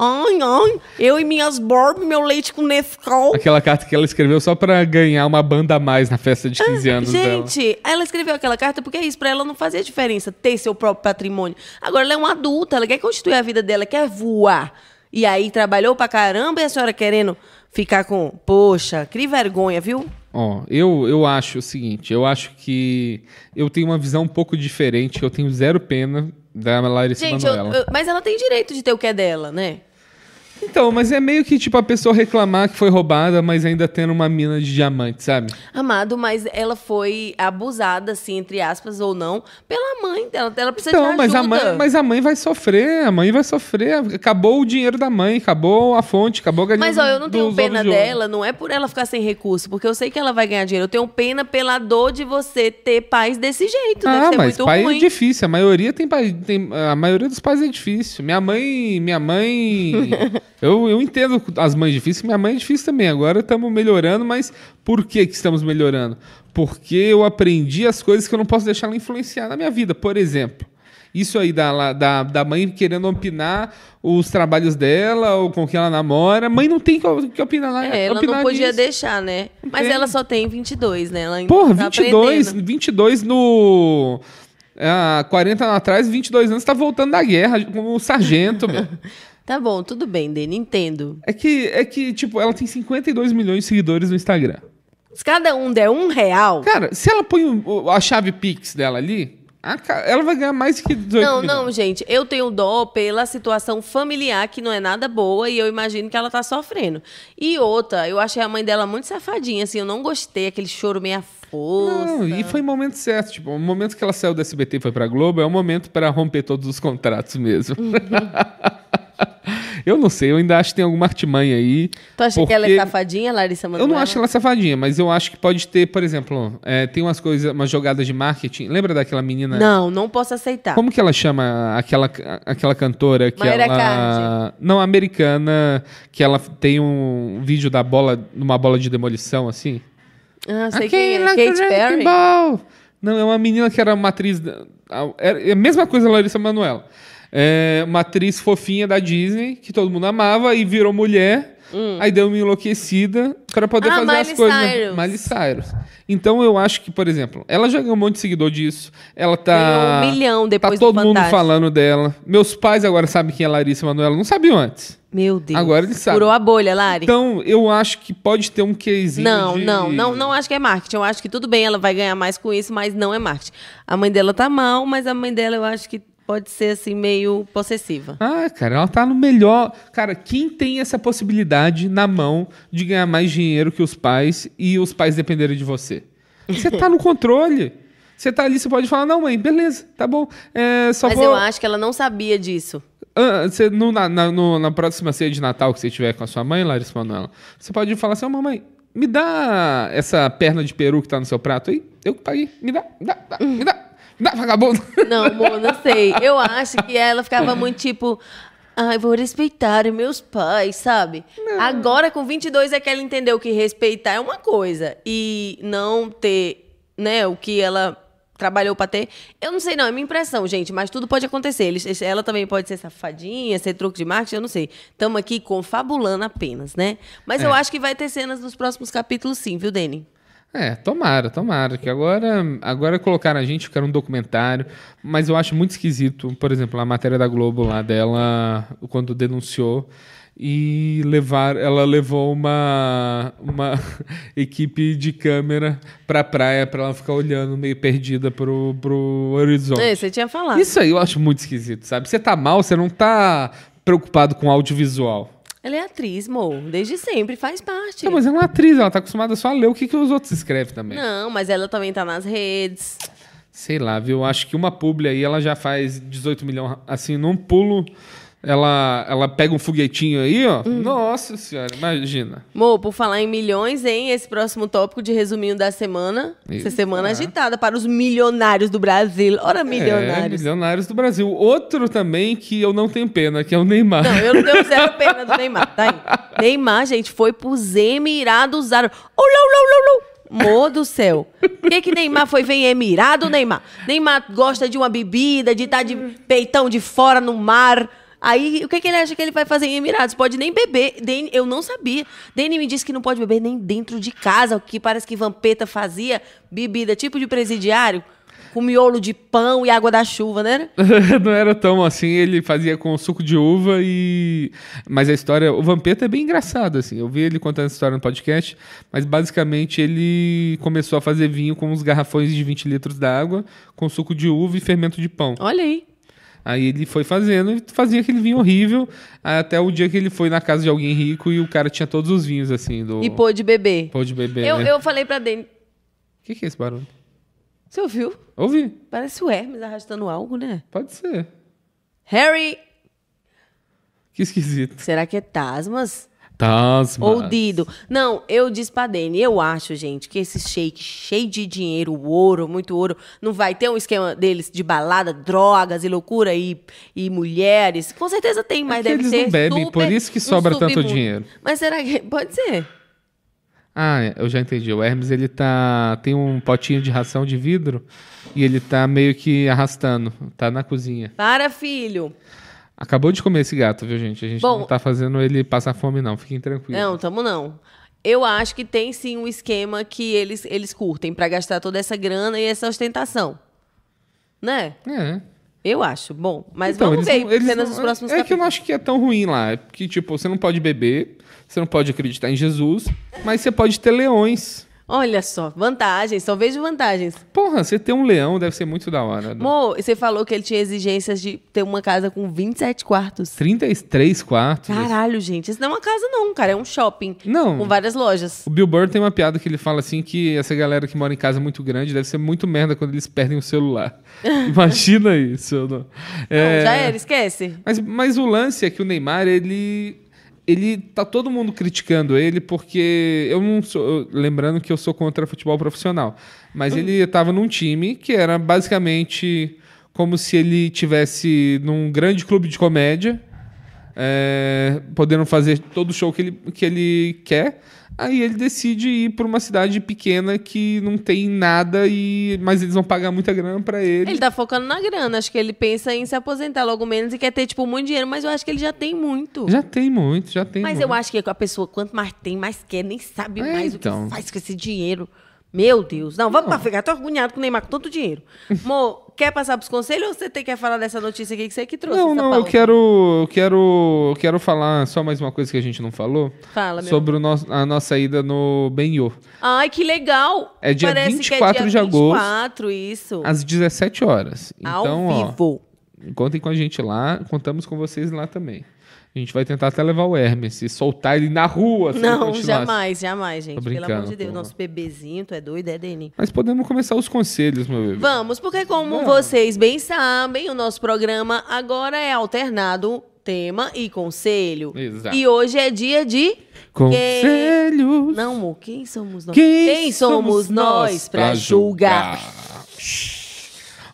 S1: Ai, ai, eu e minhas Barbie, meu leite com Nescau.
S2: Aquela carta que ela escreveu só pra ganhar uma banda a mais na festa de 15 anos dela.
S1: Ah, Gente, ela escreveu aquela carta porque é isso, pra ela não fazia diferença ter seu próprio patrimônio. Agora ela é uma adulta, ela quer constituir a vida dela, quer voar. E aí trabalhou pra caramba e a senhora querendo ficar com. Poxa, que vergonha, viu?
S2: Ó, eu, eu acho o seguinte, eu acho que eu tenho uma visão um pouco diferente, eu tenho zero pena da Larissa
S1: Gente, eu-
S2: Manoela.
S1: eu- mas ela tem direito de ter o que é dela, né?
S2: Então, mas é meio que tipo a pessoa reclamar que foi roubada, mas ainda tendo uma mina de diamante, sabe?
S1: Amado, mas ela foi abusada, assim, entre aspas, ou não, pela mãe dela. Ela precisa de
S2: Então,
S1: ajuda.
S2: mas a, mãe, mas a mãe vai sofrer, a mãe vai sofrer. Acabou o dinheiro da mãe, acabou a fonte, acabou a galinha
S1: Mas ó, eu não
S2: do-
S1: tenho
S2: dos
S1: pena
S2: ovos de ouro.
S1: dela, não é por ela ficar sem recurso, porque eu sei que ela vai ganhar dinheiro. Eu tenho pena pela dor de você ter pais desse jeito.
S2: Ah,
S1: Deve ser
S2: mas
S1: muito
S2: pai
S1: ruim.
S2: é difícil. A maioria tem pai. tem- a maioria dos pais é difícil. Minha mãe. Minha mãe. eu, eu entendo as mães difíceis, minha mãe é difícil também. Agora estamos melhorando, mas por que, que estamos melhorando? Porque eu aprendi as coisas que eu não posso deixar ela influenciar na minha vida. Por exemplo. Isso aí da, la- da, da mãe querendo opinar os trabalhos dela ou com quem ela namora. Mãe não tem que, que opinar na
S1: É, ela
S2: opinar
S1: não podia
S2: nisso.
S1: deixar, né? Mas
S2: tem.
S1: ela só tem 22, né? Ela ainda
S2: Porra,
S1: tá
S2: 22,
S1: aprendendo.
S2: 22 no. Ah, 40 anos atrás, 22 anos, tá voltando da guerra como sargento, meu.
S1: Tá bom, tudo bem, Dê, Nintendo.
S2: É que, é que, tipo, ela tem 52 milhões de seguidores no Instagram.
S1: Se cada um der um real...
S2: Cara, se ela põe o- o- a chave Pix dela ali, a ca- ela vai ganhar mais que 18
S1: Não,
S2: milhões.
S1: não, gente. Eu tenho dó pela situação familiar, que não é nada boa, e eu imagino que ela tá sofrendo. E outra, eu achei a mãe dela muito safadinha, assim. Eu não gostei, aquele choro meia força.
S2: Não, e foi o momento certo. Tipo, o momento que ela saiu do SBT e foi pra Globo é o momento para romper todos os contratos mesmo.
S1: Uhum.
S2: eu não sei, eu ainda acho que tem alguma artimanha aí.
S1: Tu acha que ela é
S2: porque-
S1: safadinha, Larissa Manoela?
S2: Eu não acho ela safadinha, mas eu acho que pode ter, por exemplo, é, tem umas coisas, umas jogadas de marketing. Lembra daquela menina?
S1: Não, não posso aceitar.
S2: né? Como que ela chama aquela, aquela cantora que
S1: Mayra
S2: ela...
S1: Card.
S2: Não, americana, que ela tem um vídeo da bola, numa bola de demolição, assim.
S1: Ah, sei quem é.
S2: Aquela que
S1: Kate
S2: joga
S1: Perry?
S2: ball. Não, é uma menina que era uma atriz... da- a- era a mesma coisa da Larissa Manoela. É uma atriz fofinha da Disney, que todo mundo amava, e virou mulher. Aí deu uma enlouquecida pra poder
S1: Hum. Ah,
S2: fazer as
S1: Miley
S2: coisas. né?
S1: Cyrus.
S2: Miley Cyrus. Então eu acho que, por exemplo, ela já ganhou um monte de seguidor disso. Ela tá.
S1: Ganhou um milhão depois
S2: Tá
S1: do
S2: todo mundo
S1: Fantástico.
S2: falando dela. Meus pais agora sabem quem é Larissa Manoela. Não sabiam antes.
S1: Meu Deus.
S2: Agora ele sabe.
S1: Curou a bolha, Lari.
S2: Então eu acho que pode ter um casezinho.
S1: Não,
S2: de-
S1: não, não, não acho que é marketing. Eu acho que tudo bem, ela vai ganhar mais com isso, mas não é marketing. A mãe dela tá mal, mas a mãe dela eu acho que pode ser assim meio possessiva.
S2: Ah, cara, ela tá no melhor. Cara, quem tem essa possibilidade na mão de ganhar mais dinheiro que os pais e os pais dependerem de você? Você tá no controle. Você tá ali, você pode falar, não, mãe, beleza, tá bom. É, só
S1: mas
S2: vou...
S1: eu acho que ela não sabia disso.
S2: Ah, Você, no- na, na- no- na próxima ceia de Natal que você tiver com a sua mãe, Larissa Manoela, você pode falar assim, ô mamãe, me dá essa perna de peru que tá no seu prato aí? Eu que paguei. Me dá, me dá, dá, me dá, me dá, vagabundo.
S1: Não, amor, não sei. Eu acho que ela ficava muito tipo. Ai, vou respeitar os meus pais, sabe? Agora, com 22, é que ela entendeu que respeitar é uma coisa. E não ter, né, o que ela trabalhou pra ter. Eu não sei, não, é minha impressão, gente, mas tudo pode acontecer. Eles- Ela também pode ser safadinha, ser truque de marketing, eu não sei. Estamos aqui confabulando apenas, né? Mas eu acho que vai ter cenas nos próximos capítulos, sim, viu, Deni?
S2: É, tomara, tomara. Que agora, agora colocaram a gente, ficaram um documentário. Mas eu acho muito esquisito, por exemplo, a matéria da Globo lá dela, quando denunciou. E levar, ela levou uma, uma equipe de câmera pra praia pra ela ficar olhando meio perdida pro, pro horizonte.
S1: É, você tinha falado.
S2: Isso aí eu acho muito esquisito, sabe? Você tá mal, você não tá preocupado com audiovisual.
S1: Ela é atriz, amor, desde sempre, faz parte.
S2: Não, mas ela é uma atriz, ela tá acostumada só a ler o que, que os outros escrevem também.
S1: Não, mas ela também tá nas redes.
S2: Sei lá, viu? Acho que uma publi aí ela já faz 18 milhões, assim, num pulo. Ela, ela pega um foguetinho aí, ó.
S1: Hum.
S2: Nossa senhora, imagina.
S1: Mo, por falar em milhões, hein? Esse próximo tópico de resuminho da semana.
S2: Eita.
S1: Essa semana agitada para os milionários do Brasil. Ora, milionários.
S2: É, milionários do Brasil. Outro também que eu não tenho pena, que é o Neymar.
S1: Não, eu não tenho zero pena do Neymar, tá aí. Neymár, gente, foi pros Emirados Árabes. Oh, lou, lou, lou, lou. Mô do céu. Por que que Neymar foi ver em Emirado, Neymar? Neymar gosta de uma bebida, de estar de peitão de fora no mar. Aí, o que que ele acha que ele vai fazer em Emirados? Pode nem beber. Dene- eu não sabia. Dani me disse que não pode beber nem dentro de casa, o que parece que Vampeta fazia bebida tipo de presidiário, com miolo de pão e água da chuva, né?
S2: não era tão assim, ele fazia com suco de uva e. Mas a história. O Vampeta é bem engraçado, assim. Eu vi ele contando essa história no podcast, mas basicamente ele começou a fazer vinho com uns garrafões de 20 litros d'água, com suco de uva e fermento de pão.
S1: Olha aí.
S2: Aí ele foi fazendo e fazia aquele vinho horrível, até o dia que ele foi na casa de alguém rico e o cara tinha todos os vinhos, assim, do...
S1: E pôde beber.
S2: Pôde beber,
S1: Eu,
S2: né?
S1: eu falei pra Dani,
S2: O que, que é esse barulho?
S1: você ouviu?
S2: Ouvi.
S1: Parece o Hermes arrastando algo, né?
S2: Pode ser.
S1: Harry,
S2: Que esquisito.
S1: será que é Tasmas?
S2: Tasma.
S1: Ou Dido. Não, eu disse pra Dani, eu acho, gente, que esse shake cheio de dinheiro, ouro, muito ouro, não vai ter um esquema deles de balada, drogas e loucura e, e mulheres. Com certeza tem, mas
S2: É que
S1: deve
S2: eles
S1: ser
S2: não bebem,
S1: super
S2: por isso que
S1: um
S2: sobra tanto
S1: submundo.
S2: dinheiro.
S1: Mas será que. Pode ser.
S2: Ah, é, eu já entendi. O Hermes, ele tá... Tem um potinho de ração de vidro e ele tá meio que arrastando. Tá na cozinha.
S1: Para, filho.
S2: Acabou de comer esse gato, viu, gente? A gente
S1: Bom-
S2: não tá fazendo ele passar fome, não. Fiquem tranquilos.
S1: Não, tamo não. Eu acho que tem sim um esquema que eles, eles curtem pra gastar toda essa grana e essa ostentação. Né?
S2: É.
S1: Eu acho. Bom, mas
S2: Então,
S1: vamos
S2: eles
S1: ver
S2: não- eles
S1: cenas
S2: não-
S1: dos próximos
S2: É que eu
S1: capítulos.
S2: não acho que é tão ruim lá. É porque, tipo, você não pode beber, você não pode acreditar em Jesus, mas você pode ter leões.
S1: Olha só, vantagens, só vejo vantagens.
S2: Porra, você ter um leão deve ser muito da hora. né?
S1: Mo, você falou que ele tinha exigências de ter uma casa com 27 quartos.
S2: 33 quartos.
S1: Caralho, gente, isso não é uma casa não, cara, é um shopping
S2: Não.
S1: com várias lojas.
S2: O Bill Burr tem uma piada que ele fala assim que essa galera que mora em casa é muito grande deve ser muito merda quando eles perdem o celular. Imagina isso. eu Não. É.
S1: Não, é, já era, esquece.
S2: Mas, mas o lance é que o Neymar, ele. Ele tá todo mundo criticando ele porque eu não sou, eu- lembrando que eu sou contra futebol profissional, mas ele tava num time que era basicamente como se ele tivesse num grande clube de comédia, é, podendo fazer todo o show que ele, que ele quer. Aí ele decide ir para uma cidade pequena que não tem nada e mas eles vão pagar muita grana para ele.
S1: Ele tá focando na grana, acho que ele pensa em se aposentar logo menos e quer ter, tipo, muito dinheiro, mas eu acho que ele já tem muito.
S2: Já tem muito, já tem.
S1: mas
S2: muito.
S1: eu acho que a pessoa, quanto mais tem, mais quer, nem sabe
S2: É,
S1: mais o
S2: então.
S1: que faz com esse dinheiro. Meu Deus, não, vamos pra ficar tão agoniado com o Neymar com tanto dinheiro. Mo, quer passar pros conselhos ou você tem- quer falar dessa notícia aqui que você é que trouxe?
S2: Não,
S1: essa
S2: não, eu
S1: pauta?
S2: quero, eu quero, eu quero falar só mais uma coisa que a gente não falou
S1: Fala, meu
S2: sobre o nosso- a nossa ida no Benhô.
S1: Ai, que legal!
S2: É dia
S1: Parece
S2: 24 de agosto.
S1: 24, isso.
S2: Às 17 horas. então,
S1: Ao vivo.
S2: ó, contem com a gente lá, contamos com vocês lá também. A gente vai tentar até levar o Hermes e soltar ele na rua. se ele assim.
S1: Não,
S2: continuasse.
S1: jamais, jamais, gente.
S2: Tô
S1: Pelo amor de
S2: brincando,
S1: Deus,
S2: pô.
S1: nosso bebezinho, tu é doido, é, Deni?
S2: Mas podemos começar os conselhos, meu bebê.
S1: Vamos, porque como
S2: Vamos.
S1: vocês bem sabem, o nosso programa agora é alternado tema e conselho.
S2: Exato.
S1: E hoje é dia de...
S2: Conselhos.
S1: Não, amor, quem somos nós?
S2: Quem
S1: somos nós pra julgar?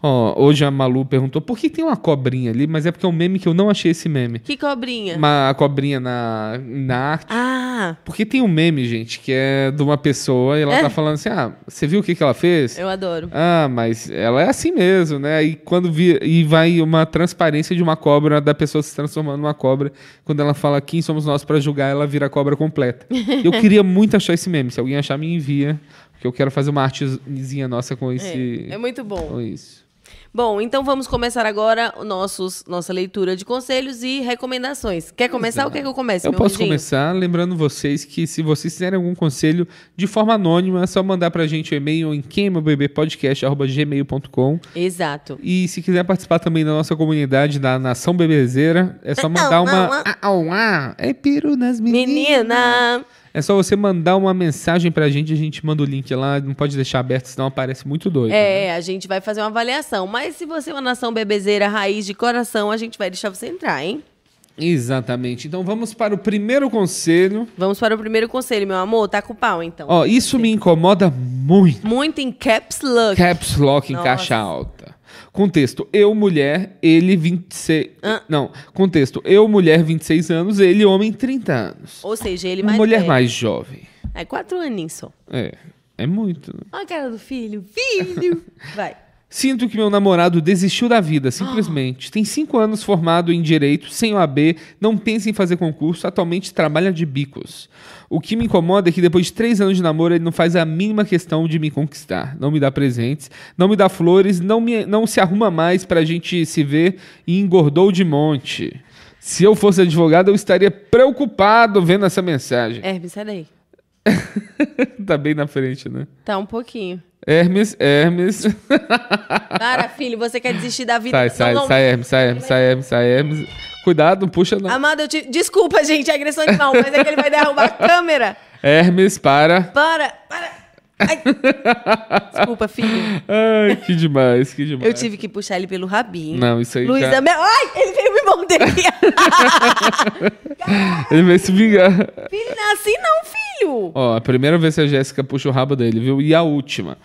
S2: Ó, hoje a Malu perguntou por que tem uma cobrinha ali, mas é porque é um meme que eu não achei esse meme.
S1: Que cobrinha?
S2: Uma cobrinha na, na arte.
S1: Ah,
S2: Porque tem um meme, gente, que é de uma pessoa e ela
S1: É.
S2: tá falando assim: ah, você viu o que, que ela fez?
S1: eu adoro.
S2: Ah, mas ela é assim mesmo, né? E quando vi, e vai uma transparência de uma cobra, da pessoa se transformando numa cobra. Quando ela fala quem somos nós pra julgar, ela vira a cobra completa. Eu queria muito achar esse meme. Se alguém achar, me envia. Porque eu quero fazer uma artezinha nossa com esse.
S1: É, é muito bom.
S2: com isso.
S1: Bom, então vamos começar agora o nossos, nossa leitura de conselhos e recomendações. Quer começar ou quer que eu comece,
S2: Eu
S1: meu
S2: posso
S1: anjinho?
S2: começar lembrando vocês que se vocês tiverem algum conselho de forma anônima, é só mandar pra gente o e-mail em queimabebepodcast.gmail.com
S1: Exato.
S2: e se quiser participar também da nossa comunidade da Nação Bebezeira, é só mandar
S1: Au,
S2: uma...
S1: au,
S2: Ah, au, ah, É peru nas meninas.
S1: Menina!
S2: É só você mandar uma mensagem pra gente, a gente manda o link lá, não pode deixar aberto, senão aparece muito doido. né?
S1: É, a gente vai fazer uma avaliação. Mas se você é uma nação bebezeira raiz de coração, a gente vai deixar você entrar, hein?
S2: Exatamente. Então vamos para o primeiro conselho.
S1: Vamos para o primeiro conselho, meu amor. Tá com o pau, então.
S2: Ó, isso me incomoda muito.
S1: Muito em caps lock.
S2: Caps Lock em
S1: Nossa.
S2: caixa alta. Contexto, eu mulher, ele 26...
S1: Ah.
S2: Não, contexto, eu mulher 26 anos, ele homem 30 anos.
S1: Ou seja, ele
S2: Uma
S1: mais
S2: mulher
S1: velho.
S2: mais jovem.
S1: É quatro aninhos só.
S2: É, é muito. né?
S1: Olha a cara do filho. Filho! Vai.
S2: Sinto que meu namorado desistiu da vida, simplesmente. Tem cinco anos formado em Direito, sem OAB, não pensa em fazer concurso, atualmente trabalha de bicos. O que me incomoda é que depois de três anos de namoro, ele não faz a mínima questão de me conquistar. Não me dá presentes, não me dá flores, não, me, não se arruma mais pra gente se ver e engordou de monte. Se eu fosse advogado, eu estaria preocupado vendo essa mensagem.
S1: Hermes, sai daí.
S2: tá bem na frente, né?
S1: Tá um pouquinho.
S2: Hermes, Hermes.
S1: Para, filho, você quer desistir da vida. um
S2: Sai,
S1: São
S2: sai,
S1: Lom-
S2: sai, Hermes, sai, Hermes, sai, Hermes, sai, Hermes. Cuidado, não puxa não.
S1: Amado, eu te... Desculpa, gente, é agressão animal, mas é que ele vai derrubar a câmera.
S2: Hermes, para.
S1: Para, para. Ai. Desculpa, filho.
S2: Ai, que demais, que demais.
S1: Eu tive que puxar ele pelo rabinho.
S2: Não, isso aí
S1: Luiz
S2: já-
S1: Amel. Ai, ele veio me morder.
S2: Ele vai se vingar.
S1: filho, não é assim não, filho.
S2: Ó, a primeira vez que a Jéssica puxa o rabo dele, viu? E a última.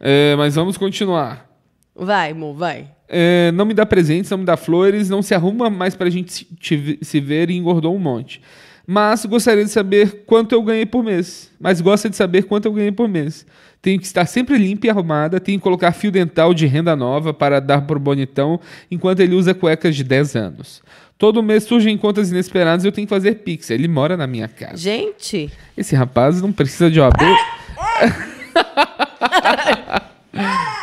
S2: É, mas vamos continuar.
S1: Vai, amor, vai.
S2: É, não me dá presentes, não me dá flores, não se arruma mais pra gente se, te- se ver e engordou um monte. Mas gostaria de saber quanto eu ganhei por mês. Mas gosta de saber quanto eu ganhei por mês. Tenho que estar sempre limpa e arrumada, tenho que colocar fio dental de renda nova para dar pro bonitão, enquanto ele usa cuecas de 10 anos. Todo mês surgem contas inesperadas e eu tenho que fazer pix. Ele mora na minha casa.
S1: Gente,
S2: Esse rapaz não precisa de OAB.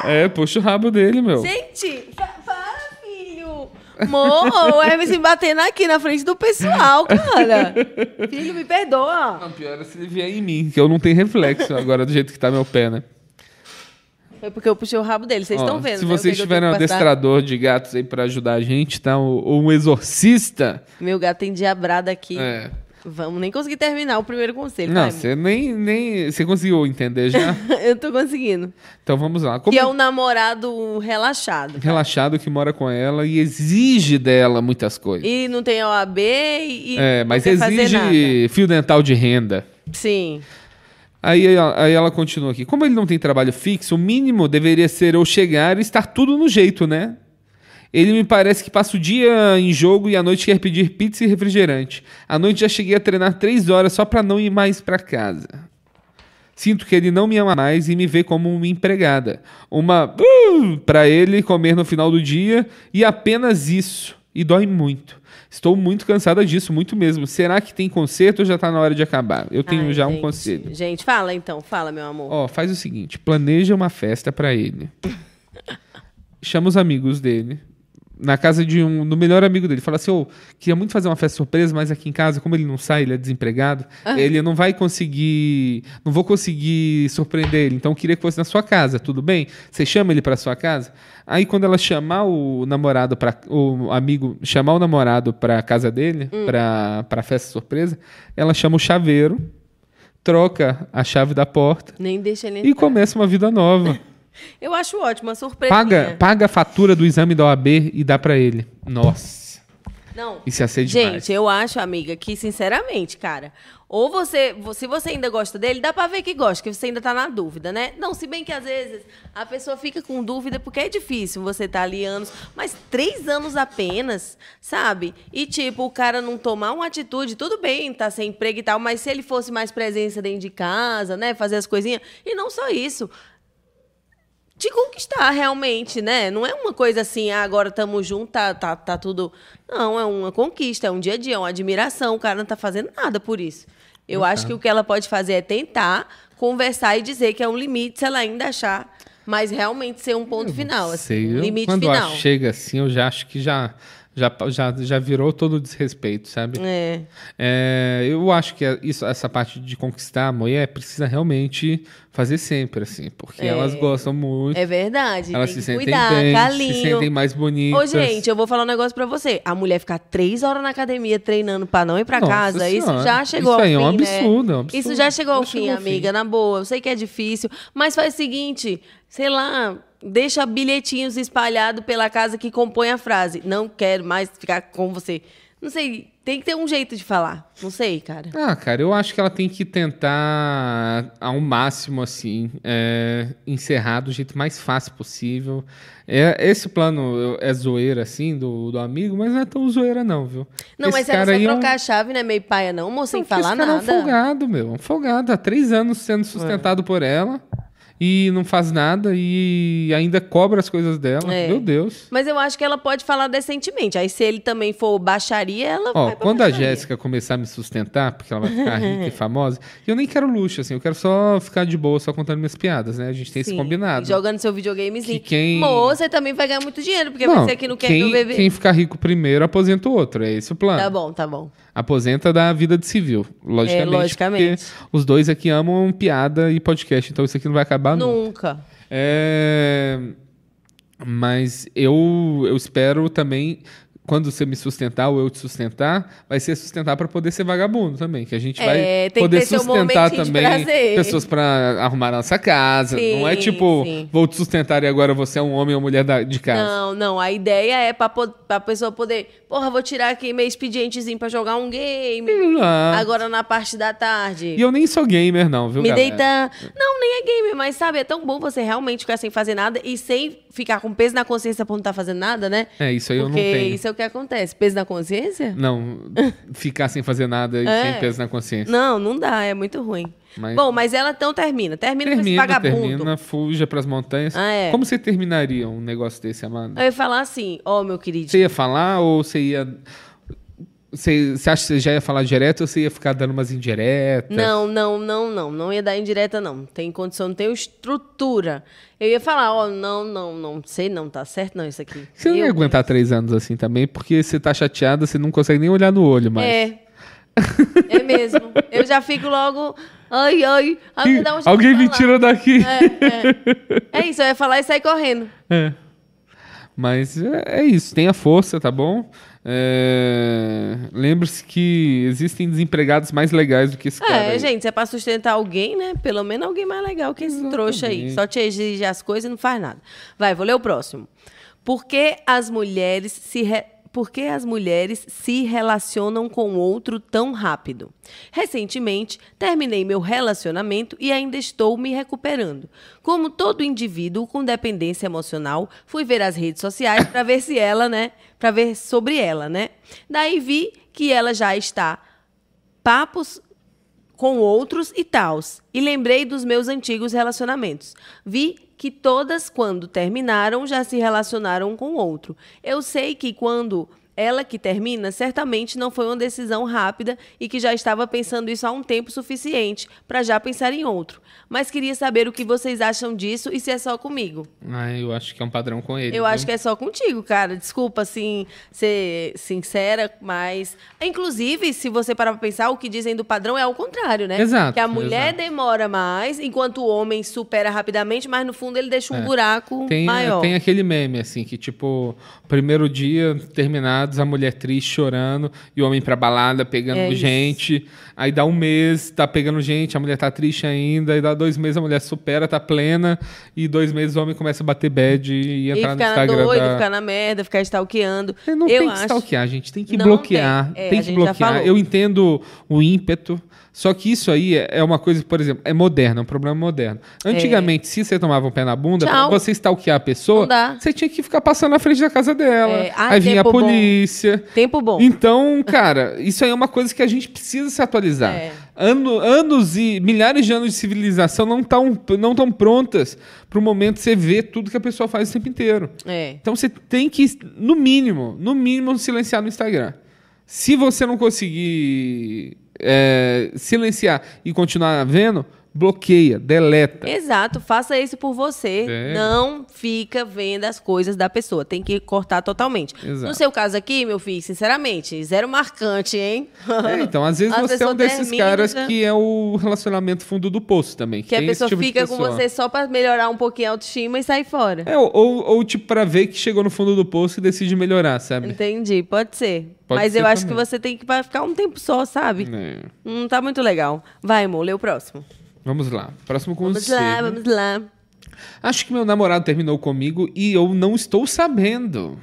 S2: é, puxa o rabo dele, meu.
S1: gente, pa- para, filho. Amor, o Hermes me batendo aqui na frente do pessoal, cara. filho, me perdoa.
S2: Não, pior é se ele vier em mim, que eu não tenho reflexo agora do jeito que tá meu pé, né?
S1: Foi porque eu puxei o rabo dele, vocês
S2: Ó,
S1: estão vendo.
S2: Se
S1: né, o que
S2: vocês
S1: que eu
S2: tiverem um
S1: tenho que passar.
S2: adestrador de gatos aí pra ajudar a gente, tá? Ou ou um exorcista.
S1: Meu gato tem diabrada aqui.
S2: É.
S1: Vamos nem conseguir terminar o primeiro conselho.
S2: Não,
S1: vai,
S2: você nem, nem. Você conseguiu entender já?
S1: amor. Eu tô conseguindo.
S2: então vamos lá. Como
S1: Que é um namorado relaxado.
S2: relaxado que mora com ela e exige dela muitas coisas.
S1: E não tem OAB e. e
S2: é, mas
S1: não quer fazer nada.
S2: exige fio dental de renda.
S1: Sim.
S2: Aí, ela- aí ela continua aqui. Como ele não tem trabalho fixo, o mínimo deveria ser eu chegar e estar tudo no jeito, né? Ele me parece que passa o dia em jogo e à noite quer pedir pizza e refrigerante. À noite já cheguei a treinar três horas só pra não ir mais pra casa. Sinto que ele não me ama mais e me vê como uma empregada. Uma uh, pra ele comer no final do dia e apenas isso. E dói muito. Estou muito cansada disso, muito mesmo. Será que tem conserto ou já tá na hora de acabar? Eu tenho
S1: Ai,
S2: já um
S1: gente.
S2: conselho.
S1: Gente, fala então, fala, meu amor.
S2: Ó, faz o seguinte, planeja uma festa pra ele. Chama os amigos dele. Na casa de um do melhor amigo dele. Fala assim: ô, queria muito fazer uma festa surpresa, mas aqui em casa, como ele não sai, ele é desempregado, ele não vai conseguir. Não vou conseguir surpreender ele. Então eu queria que fosse na sua casa, tudo bem? Você chama ele pra sua casa? Aí quando ela chamar o namorado para O amigo. Chamar o namorado pra casa dele, pra, pra festa surpresa, ela chama o chaveiro, troca a chave da porta
S1: Nem deixa ele
S2: e
S1: entrar.
S2: começa uma vida nova.
S1: Eu acho ótimo, uma surpresa.
S2: Paga, paga a fatura do exame da OAB e dá pra ele. Nossa.
S1: Não.
S2: Isso ia ser demais.
S1: Gente, eu acho, amiga, que sinceramente, cara, ou você, vo- se você ainda gosta dele, dá pra ver que gosta, que você ainda tá na dúvida, né? Não, se bem que às vezes a pessoa fica com dúvida porque é difícil você tá ali anos, mas três anos apenas, sabe? E tipo, o cara não tomar uma atitude, tudo bem, tá sem emprego e tal, mas se ele fosse mais presença dentro de casa, né, fazer as coisinhas, e não só isso, te conquistar realmente, né? Não é uma coisa assim, ah, agora estamos juntos, tá, tá, tá tudo. Não, é uma conquista, é um dia a dia, é uma admiração. O cara não tá fazendo nada por isso. Eu
S2: Uhum.
S1: acho que o que ela pode fazer é tentar conversar e dizer que é um limite, se ela ainda achar, mas realmente ser um ponto final.
S2: Sei,
S1: assim, um
S2: eu-
S1: limite
S2: quando
S1: final.
S2: chega assim, eu já acho que já, já, já, já virou todo o desrespeito, sabe?
S1: É.
S2: É, eu acho que a- isso, essa parte de conquistar a mulher precisa realmente fazer sempre, assim, porque
S1: É.
S2: elas gostam muito,
S1: É verdade.
S2: elas
S1: tem
S2: se
S1: que
S2: sentem
S1: cuidar,
S2: bem,
S1: calinho.
S2: se sentem mais bonitas.
S1: Ô, gente, eu vou falar um negócio pra você. A mulher ficar três horas na academia treinando pra não ir pra
S2: Nossa
S1: casa, isso
S2: Senhora.
S1: já chegou
S2: Isso
S1: ao
S2: aí é um
S1: fim, né?
S2: absurdo, é um absurdo.
S1: Isso já chegou ao
S2: Já
S1: fim,
S2: chegou ao
S1: amiga, na boa. Eu sei que é difícil, mas faz o seguinte, sei lá, deixa bilhetinhos espalhados pela casa que compõe a frase. Não quero mais ficar com você. Não sei, tem que ter um jeito de falar. Não sei, cara.
S2: Ah, cara, eu acho que ela tem que tentar ao máximo, assim, é, encerrar do jeito mais fácil possível. É, esse plano eu- é zoeira, assim, do, do amigo, mas não é tão zoeira, não, viu?
S1: Não,
S2: Esse
S1: mas se ela
S2: cara
S1: só
S2: aí é um-
S1: trocar a chave, não é meio paia, não, amor, sem
S2: Não, porque
S1: falar
S2: esse cara
S1: nada. É.
S2: É um folgado, meu. Um folgado. Há três anos sendo sustentado por ela e não faz nada e ainda cobra as coisas dela.
S1: É.
S2: Meu Deus.
S1: Mas eu acho que ela pode falar decentemente. Aí se ele também for baixaria, ela
S2: Ó,
S1: vai pra
S2: quando a
S1: baixaria.
S2: Jéssica começar a me sustentar, porque ela vai ficar rica e famosa, eu nem quero luxo, assim, eu quero só ficar de boa, só contando minhas piadas, né? A gente tem
S1: Sim,
S2: esse combinado.
S1: Jogando seu videogamezinho.
S2: Que quem-
S1: Mô, você também vai ganhar muito dinheiro, porque
S2: Não,
S1: você que não quer
S2: quem,
S1: meu bebê.
S2: quem ficar rico primeiro aposenta o outro, é esse o plano.
S1: Tá bom, tá bom. É,
S2: Aposenta da vida de civil, logicamente.
S1: logicamente.
S2: porque os dois aqui amam piada e podcast, então isso aqui não vai acabar acabar nunca.
S1: Nunca.
S2: É, Mas eu, eu espero também, quando você me sustentar ou eu te sustentar, vai ser sustentar para poder ser vagabundo também. Que a gente
S1: É, tem que
S2: vai poder
S1: ter seu
S2: sustentar
S1: momentinho de
S2: também
S1: prazer.
S2: pessoas para arrumar a nossa casa.
S1: Sim,
S2: não é tipo,
S1: sim.
S2: vou te sustentar e agora você é um homem ou mulher da- de casa.
S1: Não, não. A ideia é pra, po- pra pessoa poder. Porra, vou tirar aqui meu expedientezinho pra jogar um game.
S2: Ah,
S1: Agora na parte da tarde.
S2: E eu nem sou gamer, não, viu,
S1: Me
S2: galera?
S1: deita. Não, nem é game, mas sabe, é tão bom você realmente ficar sem fazer nada e sem ficar com peso na consciência por não estar fazendo nada, né?
S2: É, isso aí eu não
S1: Porque
S2: tenho.
S1: isso é o que acontece. Peso na consciência?
S2: Não, ficar sem fazer nada e
S1: É.
S2: sem peso na consciência.
S1: Não, não dá, é muito ruim.
S2: Mas-
S1: Bom, mas ela então termina. Termina, com
S2: Termina,
S1: esse vagabundo.
S2: termina, fuja pras montanhas.
S1: Ah, é.
S2: Como você terminaria um negócio desse, Amanda?
S1: Eu ia falar assim, ó, meu querido.
S2: Você ia falar ou você ia. Você, você acha que você já ia falar direto ou você ia ficar dando umas indiretas?
S1: Não, não, não, não. Não ia dar indireta, não. Tem condição, não tenho estrutura. Eu ia falar, ó, não, não, não. Sei não, tá certo não isso aqui.
S2: Você não ia
S1: Eu-
S2: aguentar três anos assim também, porque você tá chateada, você não consegue nem olhar no olho mais.
S1: É. É mesmo. Eu já fico logo. Ai, ai. ai,
S2: Ih,
S1: me dá um jeito
S2: alguém
S1: de
S2: me
S1: falar.
S2: tira daqui.
S1: É, é. É isso, eu ia falar e sair correndo.
S2: É. Mas é é isso, tenha força, tá bom? É, Lembre-se que existem desempregados mais legais do que esse cara.
S1: É,
S2: aí.
S1: gente, se é pra sustentar alguém, né? Pelo menos alguém mais legal que esse trouxa aí. Só te exige as coisas e não faz nada. Vai, vou ler o próximo. Por que as mulheres se. Re... Por que as mulheres se relacionam com outro tão rápido? Recentemente, terminei meu relacionamento e ainda estou me recuperando. Como todo indivíduo com dependência emocional, fui ver as redes sociais para ver se ela, né? Para ver sobre ela, né? Daí vi que ela já está papos com outros e tals, e lembrei dos meus antigos relacionamentos. Vi que todas, quando terminaram, já se relacionaram com outro. Eu sei que quando ela que termina, certamente não foi uma decisão rápida e que já estava pensando isso há um tempo suficiente para já pensar em outro. Mas queria saber o que vocês acham disso e se é só comigo.
S2: Ah, eu acho que é um padrão com ele.
S1: Eu acho que é só contigo, cara. Desculpa, assim, ser sincera, mas. Inclusive, se você parar pra pensar, o que dizem do padrão é ao contrário, né?
S2: Exato,
S1: Que a mulher
S2: exato.
S1: demora mais, enquanto o homem supera rapidamente, mas no fundo ele deixa um buraco
S2: É. Tem,
S1: maior.
S2: tem aquele meme, assim, que tipo, primeiro dia terminados, a mulher triste chorando e o homem pra balada pegando
S1: É isso.
S2: gente. Aí dá um mês, tá pegando gente, a mulher tá triste ainda. Aí dá dois meses, a mulher supera, tá plena. E dois meses o homem começa a bater bad e
S1: E
S2: entrar no
S1: ficar
S2: Instagram.
S1: doido,
S2: da-
S1: ficar na merda, ficar stalkeando.
S2: É, Não
S1: eu
S2: tem que
S1: acho...
S2: stalkear, gente. Tem que
S1: Não
S2: bloquear.
S1: tem.
S2: Tem,
S1: É, a
S2: que
S1: gente já
S2: bloquear.
S1: falou.
S2: Eu entendo o ímpeto. Só que isso aí é é uma coisa, por exemplo, é moderno, é um problema moderno. Antigamente, se você tomava um pé na bunda, pra
S1: É. Tchau.
S2: você stalkear a
S1: Não
S2: pessoa,
S1: dá.
S2: você tinha que ficar passando na frente da casa dela.
S1: É, ah,
S2: aí vinha a
S1: tempo bom.
S2: polícia.
S1: Tempo bom.
S2: Então, cara, isso aí é uma coisa que a gente precisa se atualizar.
S1: É.
S2: Ano- anos e milhares de anos de civilização não estão não tão prontas para o momento de você ver tudo que a pessoa faz o tempo inteiro.
S1: É.
S2: Então você tem que, no mínimo, no mínimo, silenciar no Instagram. Se você não conseguir é, silenciar e continuar vendo, bloqueia,
S1: É,
S2: deleta.
S1: Exato, faça isso por você.
S2: É.
S1: Não fica vendo as coisas da pessoa. Tem que cortar totalmente.
S2: Exato.
S1: No seu caso aqui, meu filho, sinceramente, zero marcante, hein?
S2: É, então, às vezes
S1: As
S2: você é um
S1: pessoas
S2: desses
S1: terminam,
S2: caras
S1: né?
S2: que é o relacionamento fundo do poço também.
S1: Que a
S2: tem esse
S1: pessoa
S2: tipo de
S1: fica com
S2: pessoa.
S1: você só pra melhorar um pouquinho a autoestima e sai fora.
S2: É, ou, ou tipo, pra ver que chegou no fundo do poço e decide melhorar, sabe?
S1: Entendi, pode ser.
S2: É. Pode
S1: Mas
S2: ser
S1: eu acho
S2: também.
S1: que você tem que pa- ficar um tempo só, sabe?
S2: É.
S1: Não tá muito legal. Vai, amor, lê o próximo.
S2: Vamos lá. Próximo
S1: Vamos
S2: conselho.
S1: lá, vamos lá.
S2: Acho que meu namorado terminou comigo e eu não estou sabendo.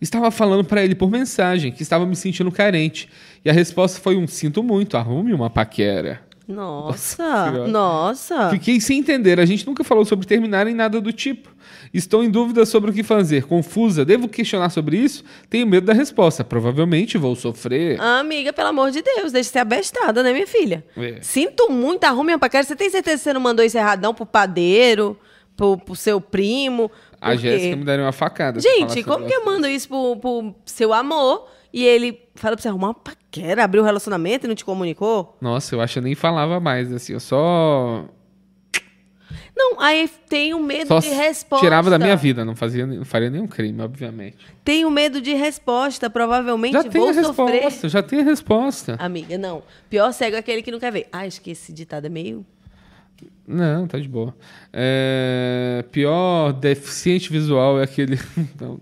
S2: Estava falando para ele por mensagem que estava me sentindo carente. E a resposta foi um sinto muito, arrume uma paquera. Nossa
S1: Nossa,
S2: Senhora.
S1: nossa.
S2: Fiquei sem entender, a gente nunca falou sobre terminar em nada do tipo. Estou em dúvida sobre o que fazer. Confusa, devo questionar sobre isso? Tenho medo da resposta. Provavelmente vou sofrer.
S1: Ah, Amiga, pelo amor de Deus, deixa de ser abestada, né, minha filha?
S2: É.
S1: Sinto muito, tá arrume uma paquera. Você tem certeza que você não mandou esse erradão pro padeiro, pro, pro seu primo?
S2: a
S1: Por quê?
S2: Jéssica me daria uma facada. se eu
S1: Gente,
S2: falasse
S1: como que
S2: isso.
S1: eu mando isso pro, pro seu amor e ele fala pra você arrumar uma paquera, abrir o relacionamento e não te comunicou?
S2: Nossa, eu acho que eu nem falava mais, assim, eu só,
S1: Não, aí tenho medo
S2: só
S1: de resposta.
S2: tirava da minha vida, não fazia, não faria nenhum crime, obviamente.
S1: Tenho um medo de resposta, provavelmente
S2: Já tem
S1: vou
S2: a resposta,
S1: sofrer.
S2: já tem a resposta.
S1: Amiga, não. Pior cego é aquele que não quer ver. Ah, acho que esse ditado é meio
S2: Não, tá de boa. É, pior deficiente visual é aquele. Não,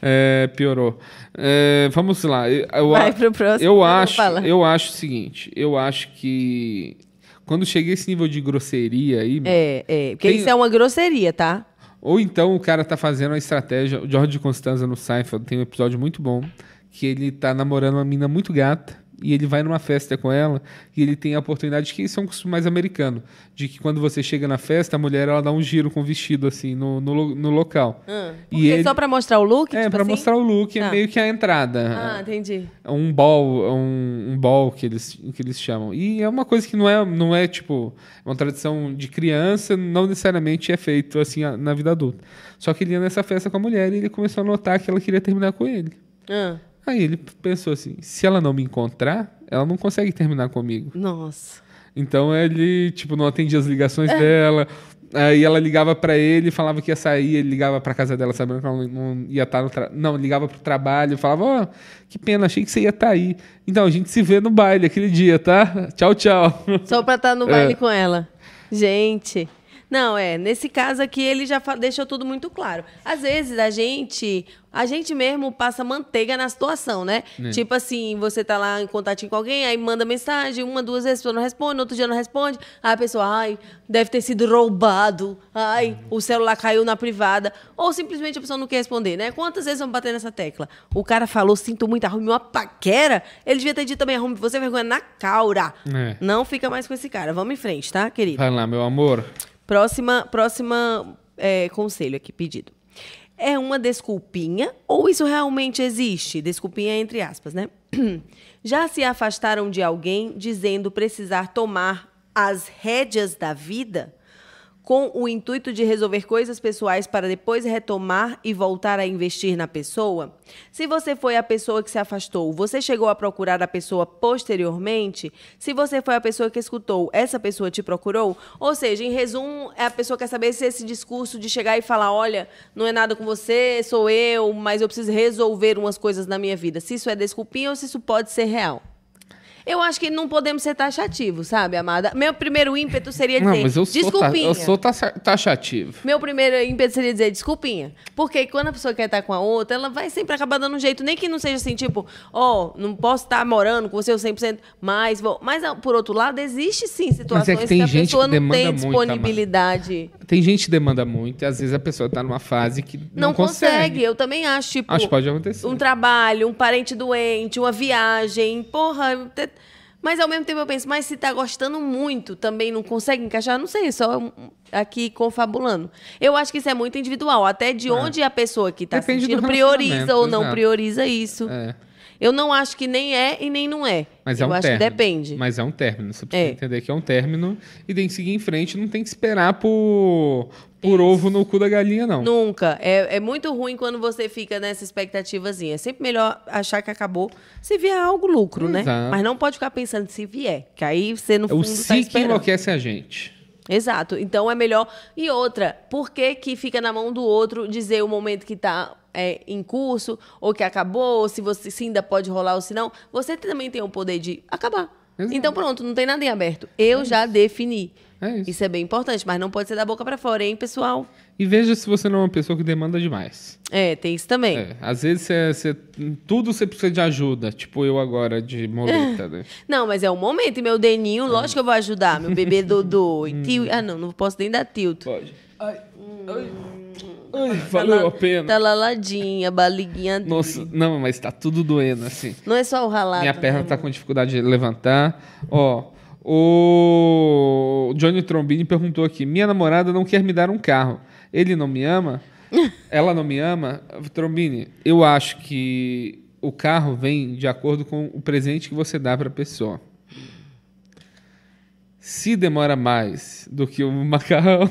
S2: é, piorou. É, vamos lá. Eu,
S1: Vai pro próximo,
S2: Eu
S1: não
S2: acho,
S1: fala.
S2: eu acho o seguinte. Eu acho que quando chega esse nível de grosseria aí,
S1: É, é. Porque
S2: Tem-
S1: isso é uma grosseria, tá?
S2: ou então o cara tá fazendo a estratégia. O George Constanza no Seinfeld tem um episódio muito bom que ele tá namorando uma mina muito gata e ele vai numa festa com ela e ele tem a oportunidade que isso é um costume mais americano de que quando você chega na festa a mulher ela dá um giro com o vestido assim no, no, lo- no local
S1: Porque só pra mostrar o look?
S2: Ah. é
S1: tipo
S2: pra
S1: assim?
S2: mostrar o look é
S1: Tá.
S2: meio que a entrada
S1: Ah, entendi.
S2: é um ball, é um, um ball que eles, que eles chamam. E é uma coisa que não é, não é tipo, é uma tradição de criança, não necessariamente é feito assim a- na vida adulta. Só que ele ia nessa festa com a mulher e ele começou a notar que ela queria terminar com ele.
S1: Ah,
S2: Aí ele pensou assim: se ela não me encontrar, ela não consegue terminar comigo.
S1: nossa.
S2: Então ele, tipo, não atendia as ligações
S1: É.
S2: dela. Aí ela ligava pra ele, falava que ia sair, ele ligava pra casa dela sabendo que ela não não ia estar no tra... Não, ligava pro trabalho, falava, ó, que pena, achei que você ia estar aí. Então, a gente se vê no baile aquele dia, tá? Tchau, tchau.
S1: Só pra estar no
S2: É.
S1: baile com ela. Gente. Não, é, nesse caso aqui ele já fa- deixou tudo muito claro. Às vezes a gente, a gente mesmo passa manteiga na situação, né?
S2: É.
S1: Tipo assim, você tá lá em contatinho com alguém, aí manda mensagem, uma, duas vezes a pessoa não responde, outro dia não responde. Aí a pessoa, ai, deve ter sido roubado. Ai, o celular caiu na privada. Ou simplesmente a pessoa não quer responder, né? Quantas vezes vamos bater nessa tecla? O cara falou, sinto muito, arrume uma paquera. Ele devia ter dito também, arrume você vergonha na caura.
S2: É.
S1: Não fica mais com esse cara. Vamos em frente, tá, querido?
S2: Vai lá, meu amor.
S1: Próxima, próxima é, conselho aqui, pedido. É uma desculpinha ou isso realmente existe? Desculpinha entre aspas, né? Já se afastaram de alguém dizendo precisar tomar as rédeas da vida com o intuito de resolver coisas pessoais para depois retomar e voltar a investir na pessoa? Se você foi a pessoa que se afastou, você chegou a procurar a pessoa posteriormente? Se você foi a pessoa que escutou, essa pessoa te procurou? Ou seja, em resumo, é a pessoa quer saber se esse discurso de chegar e falar, olha, não é nada com você, sou eu, mas eu preciso resolver umas coisas na minha vida. Se isso é desculpinha ou se isso pode ser real? Eu acho que não podemos ser taxativos, sabe, amada? Meu primeiro ímpeto seria dizer,
S2: Não, mas eu sou, ta...
S1: desculpinha.
S2: eu sou taxa- taxativo.
S1: Meu primeiro ímpeto seria dizer desculpinha. Porque quando a pessoa quer estar com a outra, ela vai sempre acabar dando um jeito. Nem que não seja assim, tipo, ó, não posso estar morando com você 100%, mas vou. Mas, ah, por outro lado, existe sim situações
S2: Mas é que tem
S1: a
S2: gente
S1: pessoa
S2: que
S1: não
S2: demanda
S1: tem
S2: muito,
S1: disponibilidade.
S2: Tem gente que demanda muito, e às vezes a pessoa tá numa fase que não,
S1: não consegue. Eu também acho, tipo.
S2: Acho que pode acontecer.
S1: Um trabalho, um parente doente, uma viagem, porra. eu te- Mas ao mesmo tempo eu penso, mas se tá gostando muito, também não consegue encaixar, não sei, só um- aqui confabulando. Eu acho que isso é muito individual, até de onde a pessoa que tá
S2: É. Depende do
S1: sentindo prioriza
S2: relacionamento,
S1: ou não
S2: exato.
S1: prioriza isso.
S2: É.
S1: Eu não acho que nem é e nem não é.
S2: Mas
S1: eu
S2: é um
S1: acho
S2: término.
S1: que depende.
S2: Mas é um término. Você precisa
S1: É.
S2: entender que é um término e tem que seguir em frente. Não tem que esperar por, por ovo no cu da galinha, não.
S1: Nunca. É, é muito ruim quando você fica nessa expectativazinha. É sempre melhor achar que acabou se vier algo lucro, né?
S2: Exato.
S1: Mas não pode ficar pensando se vier, que aí você no
S2: É o
S1: fundo tá
S2: si que
S1: esperando.
S2: enlouquece a gente.
S1: Exato. Então é melhor. E outra, por que, que fica na mão do outro dizer o momento que está em curso, ou que acabou, ou se você se ainda pode rolar ou se não? Você também tem o poder de acabar.
S2: Exato.
S1: Então pronto, não tem nada em aberto. Eu já defini.
S2: É isso.
S1: Isso é bem importante, mas não pode ser da boca para fora, hein, pessoal?
S2: E veja se você não é uma pessoa que demanda demais.
S1: É, tem isso também.
S2: É, às vezes você, você- tudo você precisa de ajuda. Tipo eu agora de moleta, né?
S1: Não, mas é o momento, e meu
S2: Ah.
S1: deninho, lógico que eu vou ajudar, meu bebê Dodô.
S2: Hum.
S1: e tio... Ah, não, não posso nem dar tilt.
S2: Pode. Ai, ai, ai, valeu a
S1: Tá
S2: pena.
S1: laladinha, baliguinha.
S2: Nossa, não, mas tá tudo doendo assim.
S1: Não é só o ralado.
S2: Minha perna tá com dificuldade de levantar. Ó, o Johnny Trombini perguntou aqui: Minha namorada não quer me dar um carro. Ele não me ama? Ela não me ama? Trombini, eu acho que o carro vem de acordo com o presente que você dá pra pessoa. Se demora mais do que o macarrão,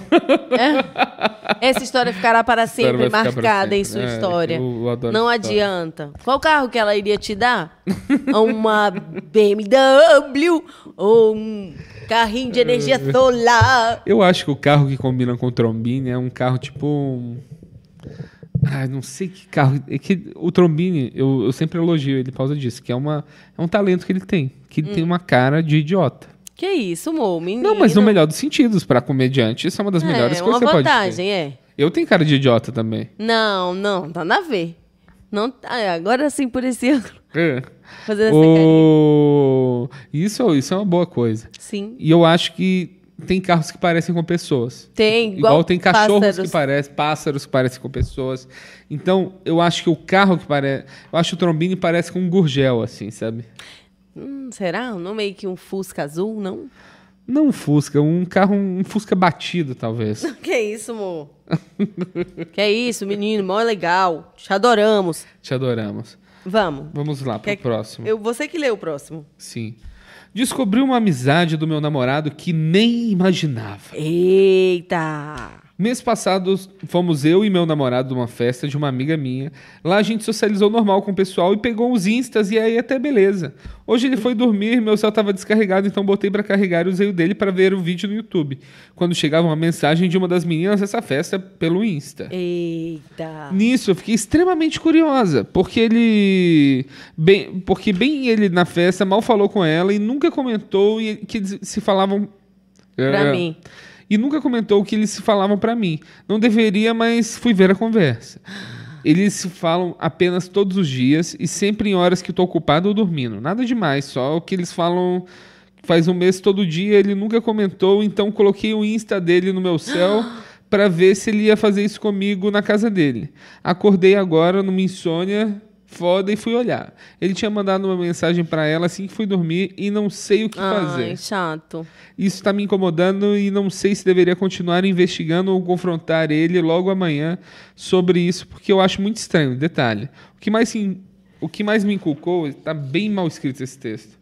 S1: Essa história ficará para
S2: vai
S1: sempre
S2: ficar pra
S1: marcada em sua
S2: sempre. É,
S1: história.
S2: eu adoro
S1: Não
S2: essa história.
S1: adianta. Qual carro que ela iria te dar? Uma BMW ou um carrinho de energia
S2: É.
S1: solar?
S2: Eu acho que o carro que combina com o Trombini é um carro tipo. um- Ah, não sei que carro. É que o Trombini,
S1: Hum.
S2: eu, eu sempre elogio ele por causa disso, que é, uma, é um talento que ele tem. Que ele tem uma cara de idiota.
S1: Que isso, amor? Menino.
S2: Não, mas no melhor dos sentidos, pra comediante, isso é uma das melhores
S1: um É,
S2: coisas
S1: uma
S2: que você pode ter.
S1: vantagem, é.
S2: Eu tenho cara de idiota também.
S1: Não, não, tá nada a ver. Não, ah, agora sim, por esse ângulo.
S2: É.
S1: Fazendo essa carinha.
S2: O... Isso, isso é uma boa coisa.
S1: Sim.
S2: E eu acho que tem carros que parecem com pessoas.
S1: Tem,
S2: Igual,
S1: igual,
S2: tem cachorros
S1: pássaros.
S2: que parecem, pássaros que parecem com pessoas. Então, eu acho que o carro que parece. Eu acho que o Trombini parece com um gurgel, assim, sabe?
S1: Hum, será? Não meio que um Fusca azul, não?
S2: Não um Fusca, um carro, um Fusca batido, talvez.
S1: Que isso, amor? que é isso, menino, mó legal. Te adoramos.
S2: Te adoramos.
S1: Vamos.
S2: Vamos lá pro
S1: Quer que-
S2: próximo.
S1: Eu, você que lê o próximo.
S2: Sim. Descobri uma amizade do meu namorado que nem imaginava.
S1: Eita!
S2: Mês passado, fomos eu e meu namorado numa festa de uma amiga minha. Lá a gente socializou normal com o pessoal e pegou uns instas e aí até beleza. Hoje ele foi dormir, meu céu tava descarregado, então botei pra carregar e usei o dele pra ver o vídeo no YouTube. Quando chegava uma mensagem de uma das meninas dessa festa é pelo Insta.
S1: Eita!
S2: Nisso, eu fiquei extremamente curiosa, porque ele. Bem, porque bem ele na festa mal falou com ela e nunca comentou e que eles se falavam.
S1: Pra
S2: É.
S1: mim.
S2: E nunca comentou o que eles se falavam pra mim. Não deveria, mas fui ver a conversa. Eles se falam apenas todos os dias e sempre em horas que tô ocupado ou dormindo. Nada demais, só o que eles falam faz um mês todo dia, ele nunca comentou, então coloquei o Insta dele no meu céu pra ver se ele ia fazer isso comigo na casa dele. Acordei agora numa insônia foda e fui olhar. Ele tinha mandado uma mensagem pra ela assim que fui dormir e não sei o que fazer.
S1: Ai, chato.
S2: Isso está me incomodando e não sei se deveria continuar investigando ou confrontar ele logo amanhã sobre isso, porque eu acho muito estranho. Detalhe: o que mais, se- o que mais me inculcou, está bem mal escrito esse texto.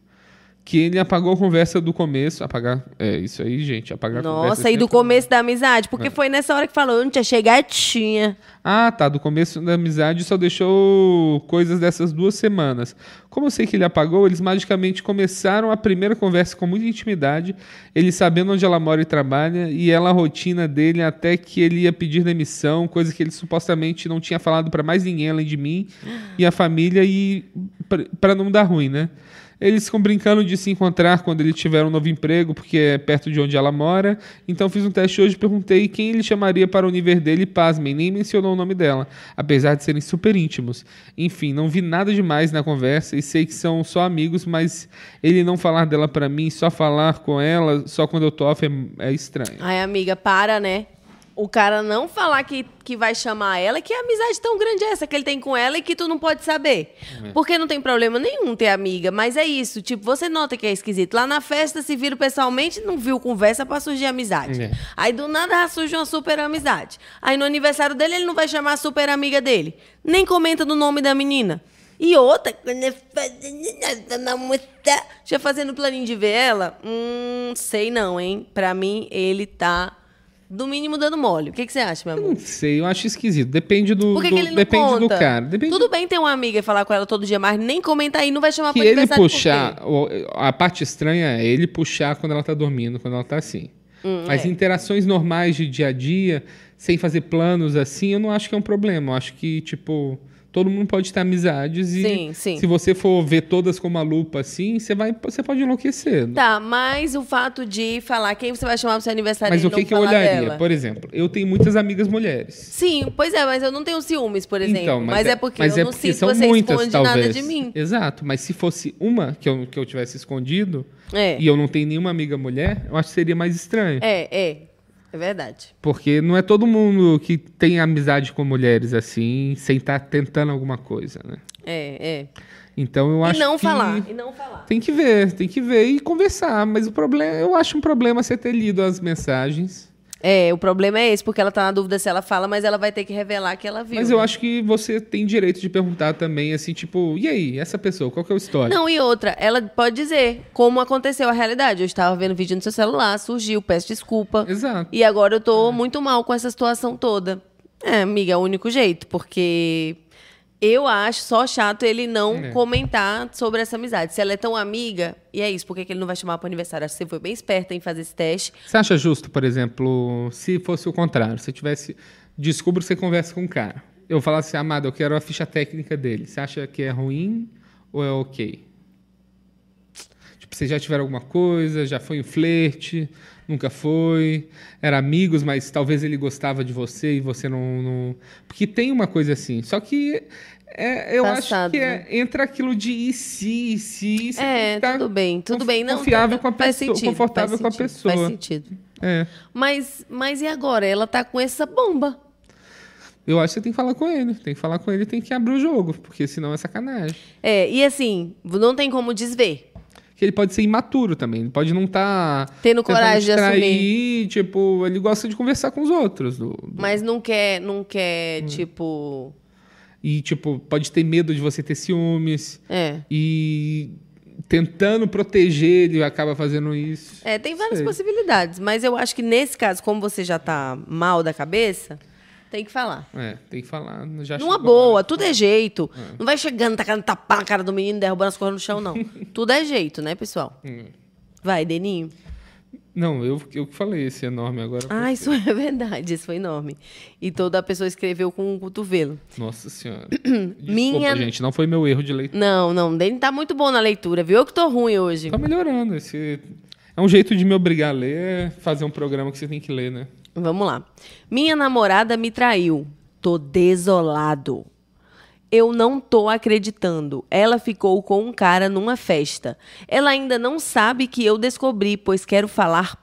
S2: Que ele apagou a conversa do começo. Apagar. É isso aí, gente. Apagar a conversa. é
S1: Nossa, e do
S2: sempre-
S1: começo da amizade? Porque
S2: É.
S1: foi nessa hora que falou, eu não tinha chegadinha.
S2: Ah, tá. Do começo da amizade só deixou coisas dessas duas semanas. Como eu sei que ele apagou, eles magicamente começaram a primeira conversa com muita intimidade, ele sabendo onde ela mora e trabalha, e ela a rotina dele até que ele ia pedir demissão, coisa que ele supostamente não tinha falado pra mais ninguém além de mim e a família, e pra- pra não dar ruim, né? Eles ficam brincando de se encontrar quando ele tiver um novo emprego, porque é perto de onde ela mora. Então fiz um teste hoje e perguntei quem ele chamaria para o nível dele e pasmem, nem mencionou o nome dela, apesar de serem super íntimos. Enfim, não vi nada demais na conversa e sei que são só amigos, mas ele não falar dela para mim, só falar com ela, só quando eu tô off é, é estranho.
S1: Ai, amiga, para, né? O cara não falar que, que vai chamar ela, que amizade tão grande é essa que ele tem com ela e que tu não pode saber. Porque não tem problema nenhum ter amiga, mas é isso. Tipo, você nota que é esquisito. Lá na festa se viram pessoalmente, não viu conversa pra surgir amizade.
S2: É.
S1: Aí do nada já surge uma super amizade. Aí no aniversário dele ele não vai chamar a super amiga dele. Nem comenta do nome da menina. E outra, quando eu fazia nada na moça, já fazendo planinho de ver ela, hum, sei não, hein? Pra mim, ele tá, do mínimo, dando mole. O que, que você acha, meu amor?
S2: Não sei, eu acho esquisito. Depende do,
S1: Por que,
S2: do-
S1: que ele não
S2: depende
S1: conta?
S2: do cara. Depende
S1: Tudo bem ter uma amiga e falar com ela todo dia, mas nem comentar aí, não vai chamar
S2: que
S1: pra
S2: ele
S1: aniversário por
S2: puxar,
S1: quê?
S2: o- a parte estranha é ele puxar quando ela tá dormindo, quando ela tá assim.
S1: Hum,
S2: As
S1: é.
S2: interações normais de dia a dia, sem fazer planos assim, eu não acho que é um problema. Eu acho que, tipo, todo mundo pode ter amizades e
S1: Sim, sim.
S2: se você for ver todas com uma lupa assim, você vai, você pode enlouquecer.
S1: Tá, mas o fato de falar quem você vai chamar pro seu aniversário
S2: Mas
S1: e
S2: o
S1: não
S2: que, que eu
S1: falar
S2: olharia?
S1: dela.
S2: Por exemplo, eu tenho muitas amigas mulheres.
S1: Sim, pois é, mas eu não tenho ciúmes, por exemplo. mas, é, porque
S2: Então, mas
S1: eu
S2: é
S1: não
S2: porque
S1: sinto que
S2: são
S1: você
S2: muitas,
S1: esconde
S2: talvez.
S1: nada de mim.
S2: Exato, mas se fosse uma que eu, que eu tivesse escondido,
S1: É,
S2: e eu não tenho nenhuma amiga mulher, eu acho que seria mais estranho.
S1: é, é. É verdade.
S2: Porque não é todo mundo que tem amizade com mulheres assim, sem estar tentando alguma coisa, né?
S1: É, é.
S2: Então eu
S1: E
S2: acho
S1: não
S2: que
S1: falar. E não falar.
S2: tem que ver, tem que ver e conversar, mas o problema, eu acho um problema você ter lido as mensagens.
S1: É, o problema é esse, porque ela tá na dúvida se ela fala, mas ela vai ter que revelar que ela viu.
S2: Mas eu
S1: né?
S2: acho que você tem direito de perguntar também assim, tipo, e aí, essa pessoa, qual que é o histórico?
S1: Não, e outra, ela pode dizer como aconteceu a realidade. Eu estava vendo vídeo no seu celular, surgiu, peço desculpa.
S2: Exato.
S1: E agora eu
S2: Uhum.
S1: tô muito mal com essa situação toda. É, amiga, é o único jeito, porque eu acho só chato ele não
S2: É.
S1: comentar sobre essa amizade. Se ela é tão amiga, e é isso, por que que ele não vai chamar pro aniversário? Acho que você foi bem esperta em fazer esse teste.
S2: Você acha justo, por exemplo, se fosse o contrário, se eu tivesse descubro que você conversa com um cara. Eu falasse, amada, eu quero a ficha técnica dele. Você acha que é ruim ou é ok? Tipo, Vocês já tiveram alguma coisa? Já foi um flerte? Nunca foi? Era amigos, mas talvez ele gostava de você e você não. não- Porque tem uma coisa assim. Só que é, eu
S1: Passado, né?
S2: acho que é- entra aquilo de e se, e se, e se
S1: É,
S2: tá-
S1: tudo bem, tudo bem. Não,
S2: confiável
S1: tá-
S2: com a
S1: faz
S2: pessoa,
S1: sentido,
S2: confortável
S1: faz
S2: com a
S1: sentido,
S2: pessoa.
S1: Faz sentido.
S2: É.
S1: Mas, mas e agora? Ela tá com essa bomba.
S2: Eu acho que você tem que falar com ele. Tem que falar com ele tem que abrir o jogo, porque senão é sacanagem.
S1: É, e assim, não tem como desver.
S2: Que ele pode ser imaturo também. Ele pode não estar.
S1: Tendo coragem de assumir.
S2: Tipo, ele gosta de conversar com os outros. do- do-
S1: Mas não quer, não
S2: Hum.
S1: quer, tipo.
S2: E, tipo, pode ter medo de você ter ciúmes.
S1: É.
S2: E tentando proteger, ele acaba fazendo isso.
S1: É, tem várias
S2: Sei.
S1: possibilidades, mas eu acho que nesse caso, como você já tá mal da cabeça, tem que falar.
S2: É, tem que falar. Já
S1: Numa
S2: chegou a hora.
S1: boa, tudo é jeito. Não vai chegando, tacando tapa na cara do menino, derrubando as coisas no chão, não. tudo é jeito, né, pessoal?
S2: Hum.
S1: Vai, Deninho.
S2: Não, eu, eu que falei esse enorme agora.
S1: Ah, isso é verdade, isso foi enorme. E toda a pessoa escreveu com o cotovelo.
S2: Nossa senhora. Desculpa,
S1: Minha-
S2: gente. Não foi meu erro de leitura.
S1: Não, não, o Denis tá muito bom na leitura, viu? Eu que tô ruim hoje.
S2: Tá melhorando. Esse... É um jeito de me obrigar a ler, é fazer um programa que você tem que ler, né?
S1: Vamos lá. Minha namorada me traiu. Tô desolado. Eu não tô acreditando. Ela ficou com um cara numa festa. Ela ainda não sabe que eu descobri, pois quero falar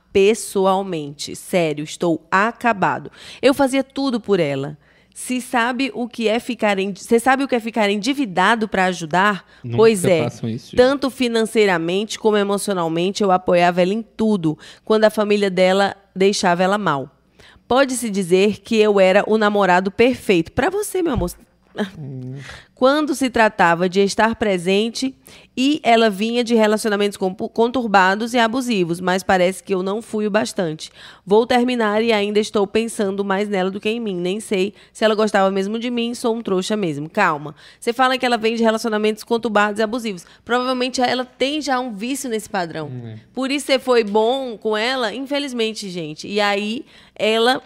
S1: pessoalmente. Sério, estou acabado. Eu fazia tudo por ela. Se sabe o que é ficar, em- você sabe o que é ficar endividado para ajudar?
S2: Nunca
S1: pois é.
S2: façam isso, gente.
S1: Tanto financeiramente como emocionalmente, eu apoiava ela em tudo, quando a família dela deixava ela mal. Pode-se dizer que eu era o namorado perfeito. Pra você, meu amor. Quando se tratava de estar presente e ela vinha de relacionamentos compu- conturbados e abusivos, mas parece que eu não fui o bastante. Vou terminar e ainda estou pensando mais nela do que em mim. Nem sei se ela gostava mesmo de mim, sou um trouxa mesmo. Calma. Você fala que ela vem de relacionamentos conturbados e abusivos. Provavelmente ela tem já um vício nesse padrão. Por isso você foi bom com ela, infelizmente, gente. E aí ela,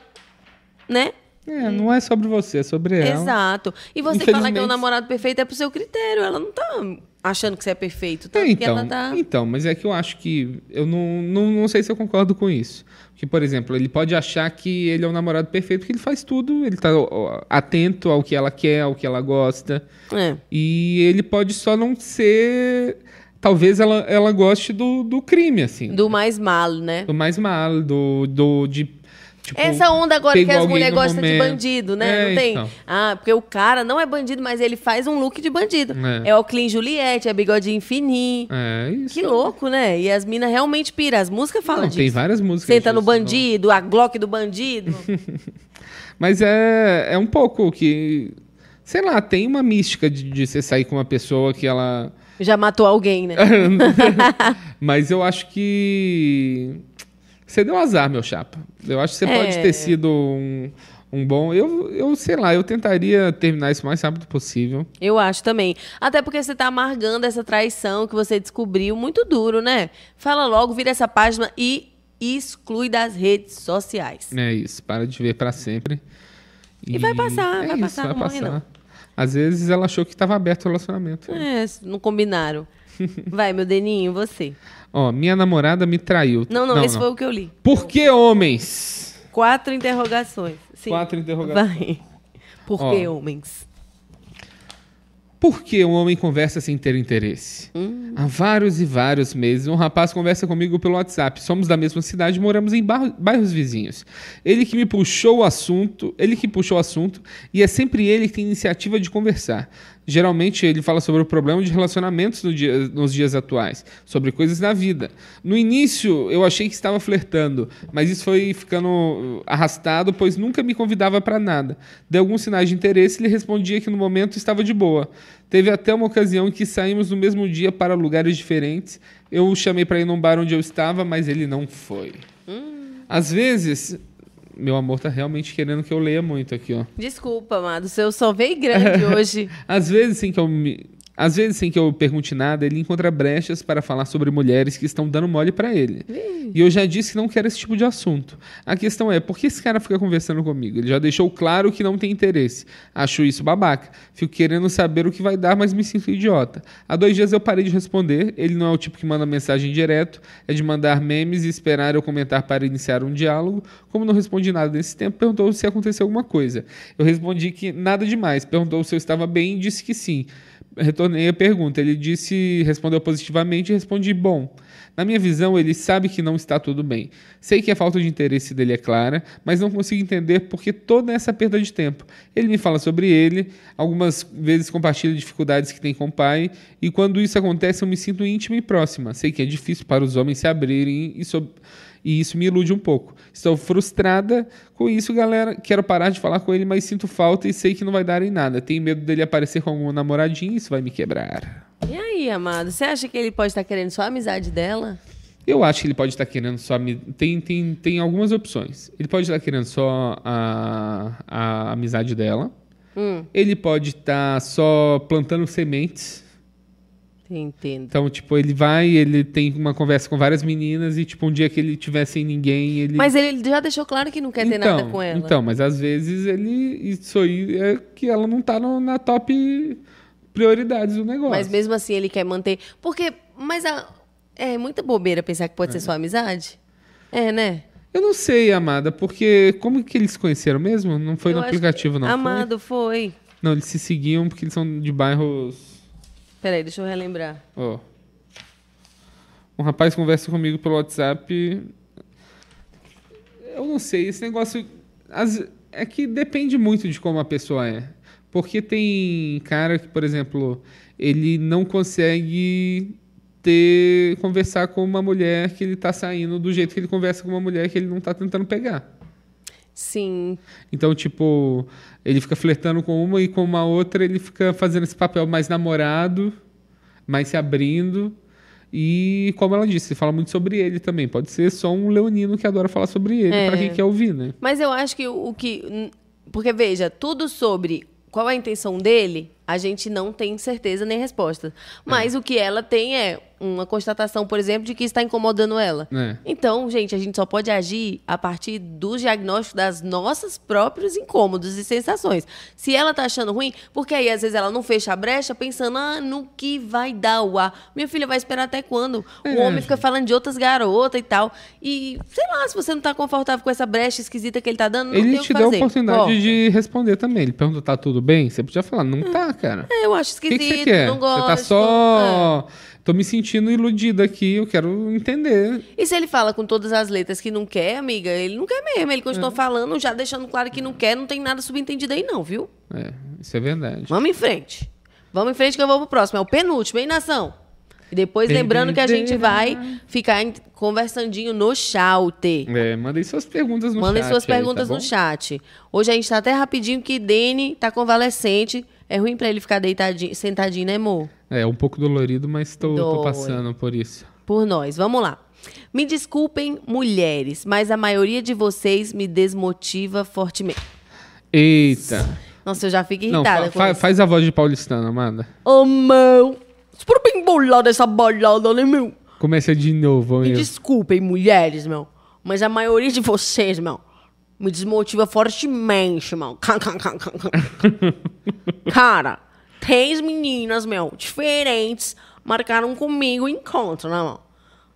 S1: né?
S2: É, não é sobre você, é sobre ela.
S1: Exato. E você falar que é o
S2: Infelizmente.
S1: namorado perfeito é pro seu critério. Ela não tá achando que você é perfeito. Tá?
S2: É,
S1: Porque
S2: então,
S1: ela tá.
S2: então, mas é que eu acho que. Eu não, não, não sei se eu concordo com isso. Porque, por exemplo, ele pode achar que ele é o namorado perfeito, porque ele faz tudo, ele tá ó, ó, atento ao que ela quer, ao que ela gosta.
S1: É.
S2: Então, E ele pode só não ser. Talvez ela, ela goste do, do crime, assim. Do,
S1: Do mais malo, né?
S2: mais mal, do. do de, tipo,
S1: Essa onda agora que
S2: pegou
S1: as
S2: alguém
S1: mulheres
S2: no
S1: gostam de
S2: momento.
S1: bandido, né?
S2: É,
S1: não tem?
S2: então.
S1: Ah, porque o cara não é bandido, mas ele faz um look de bandido.
S2: É.
S1: É, o Clean Juliette, é bigodinho fininho.
S2: É isso.
S1: Que louco, né? E as minas realmente piram. As músicas falam
S2: Não,
S1: disso.
S2: tem várias músicas.
S1: Senta no
S2: disso, não.
S1: bandido, a Glock do bandido.
S2: Mas é, é um pouco que. Sei lá, tem uma mística de, de você sair com uma pessoa que ela.
S1: Já matou alguém, né?
S2: Mas eu acho que. Você deu azar, meu chapa. Eu acho que você
S1: É.
S2: pode ter sido um, um bom. Eu, eu, sei lá, eu tentaria terminar isso o mais rápido possível.
S1: Eu acho também. Até porque você tá amargando essa traição que você descobriu, muito duro, né? Fala logo, vira essa página e exclui das redes sociais.
S2: É isso, para de ver pra sempre. é
S1: E vai passar, vai passar, não morre não.
S2: Às vezes ela achou que estava aberto o relacionamento.
S1: É, não combinaram. Vai, meu Deninho, você.
S2: Ó, minha namorada me traiu.
S1: Não, não, esse foi o que eu li.
S2: Por que homens?
S1: Quatro interrogações. Sim.
S2: Quatro interrogações.
S1: Vai. Por
S2: Ó.
S1: que homens?
S2: Por que um homem conversa sem ter interesse?
S1: Hum.
S2: Há vários e vários meses, um rapaz conversa comigo pelo WhatsApp. Somos da mesma cidade, e moramos em barro- bairros vizinhos. Ele que me puxou o assunto, ele que puxou o assunto, e é sempre ele que tem iniciativa de conversar. Geralmente ele fala sobre o problema de relacionamentos no dia- nos dias atuais, sobre coisas da vida. No início eu achei que estava flertando, mas isso foi ficando arrastado, pois nunca me convidava para nada. Dei alguns sinais de interesse e ele respondia que no momento estava de boa. Teve até uma ocasião em que saímos no mesmo dia para lugares diferentes. Eu o chamei para ir num bar onde eu estava, mas ele não foi. Às vezes, meu amor tá realmente querendo que eu leia muito aqui, ó.
S1: Desculpa, amado. Seu só veio grande hoje.
S2: Às vezes, sim, que eu me. Às vezes, sem que eu pergunte nada, ele encontra brechas para falar sobre mulheres que estão dando mole para ele. E eu já disse que não quero esse tipo de assunto. A questão é, por que esse cara fica conversando comigo? Ele já deixou claro que não tem interesse. Acho isso babaca. Fico querendo saber o que vai dar, mas me sinto idiota. Há dois dias eu parei de responder. Ele não é o tipo que manda mensagem direto. É de mandar memes e esperar eu comentar para iniciar um diálogo. Como não respondi nada nesse tempo, perguntou se aconteceu alguma coisa. Eu respondi que nada demais. Perguntou se eu estava bem e disse que sim. Retornei a pergunta. Ele disse, respondeu positivamente e respondi bom. Na minha visão, ele sabe que não está tudo bem. Sei que a falta de interesse dele é clara, mas não consigo entender por que toda essa perda de tempo. Ele me fala sobre ele, algumas vezes compartilha dificuldades que tem com o pai, e quando isso acontece, eu me sinto íntima e próxima. Sei que é difícil para os homens se abrirem e sob e isso me ilude um pouco. Estou frustrada com isso, galera. Quero parar de falar com ele, mas sinto falta e sei que não vai dar em nada. Tenho medo dele aparecer com algum namoradinho, isso vai me quebrar.
S1: E aí, amado? Você acha que ele pode estar querendo só a amizade dela?
S2: Eu acho que ele pode estar querendo só. ami- Tem, tem, tem algumas opções. Ele pode estar querendo só a, a amizade dela.
S1: Hum,
S2: Ele pode estar só plantando sementes.
S1: entendo.
S2: Então, tipo, ele vai, ele tem uma conversa com várias meninas e, tipo, um dia que ele tiver sem ninguém, ele.
S1: Mas ele já deixou claro que não quer ter nada com ela.
S2: Então, mas às vezes ele. Isso aí é que ela não tá no- na top prioridades do negócio.
S1: Mas mesmo assim ele quer manter. Porque. Mas a- é muita bobeira pensar que pode ser só amizade. É, né?
S2: Eu não sei, Amada, porque como que eles se conheceram mesmo? Não foi
S1: Eu
S2: no
S1: acho
S2: aplicativo, não. foi?
S1: Amado foi.
S2: Não, eles se seguiam porque eles são de bairros.
S1: Peraí, deixa eu relembrar.
S2: Ó. Um rapaz conversa comigo pelo WhatsApp. Eu não sei, esse negócio. as- é que depende muito de como a pessoa é. Porque tem cara que, por exemplo, ele não consegue ter conversar com uma mulher que ele tá saindo do jeito que ele conversa com uma mulher que ele não tá tentando pegar.
S1: Sim.
S2: Então, tipo, ele fica flertando com uma e com uma outra ele fica fazendo esse papel mais namorado, mais se abrindo. E, como ela disse, fala muito sobre ele também. Pode ser só um leonino que adora falar sobre ele,
S1: É.
S2: pra quem quer ouvir, né?
S1: Mas eu acho que o o que. n- Porque, veja, tudo sobre qual é a intenção dele, a gente não tem certeza nem resposta. Mas o que ela tem é uma constatação, por exemplo, de que está incomodando ela.
S2: É.
S1: Então, gente, a gente só pode agir a partir do diagnóstico das nossas próprios incômodos e sensações. Se ela tá achando ruim, porque aí às vezes ela não fecha a brecha pensando ah, no que vai dar o ar. Minha filha vai esperar até quando? O
S2: Uhum.
S1: homem fica falando de outras garotas e tal. E sei lá, se você não tá confortável com essa brecha esquisita que ele tá dando, não
S2: Ele
S1: tem o
S2: te
S1: que
S2: deu a
S1: fazer.
S2: oportunidade
S1: Ó,
S2: de responder também. Ele pergunta, tá tudo bem? Você podia falar, não tá, cara.
S1: é, eu acho
S2: O que,
S1: esquisito,
S2: que você quer?
S1: não gosto. É.
S2: você tá só. Tô me sentindo iludida aqui, eu quero entender.
S1: E se ele fala com todas as letras que não quer, amiga, ele não quer mesmo. Ele
S2: É.
S1: continua falando, já deixando claro que não quer, não tem nada subentendido aí, não, viu?
S2: É, isso é verdade.
S1: Vamos em frente. Vamos em frente que eu vou pro próximo. É o penúltimo, hein, nação? E depois, lembrando que a gente vai ficar em- conversandinho no chat.
S2: É, mandem suas perguntas no
S1: Mandem
S2: chat.
S1: suas
S2: aí, tá
S1: perguntas
S2: bom?
S1: no chat. Hoje a gente tá até rapidinho que Dene tá convalescente. É ruim pra ele ficar deitadinho, sentadinho, né, amor?
S2: É, um pouco dolorido, mas tô, tô
S1: Dói.
S2: passando por isso.
S1: Por nós. Vamos lá. Me desculpem, mulheres, mas a maioria de vocês me desmotiva fortemente.
S2: Eita.
S1: Nossa, eu já fico
S2: Não,
S1: irritada
S2: fa-
S1: com
S2: fa-
S1: isso.
S2: faz a voz de paulistano, Amanda.
S1: Ô, meu! Super bem bolada essa bolada, né, meu?
S2: Começa de novo,
S1: Me
S2: hein?
S1: desculpem, mulheres, meu. Mas a maioria de vocês, meu, me desmotiva fortemente, meu. Cá, cá, cá, cá, cá. Cara, três meninas, meu, diferentes, marcaram comigo o encontro, né, meu?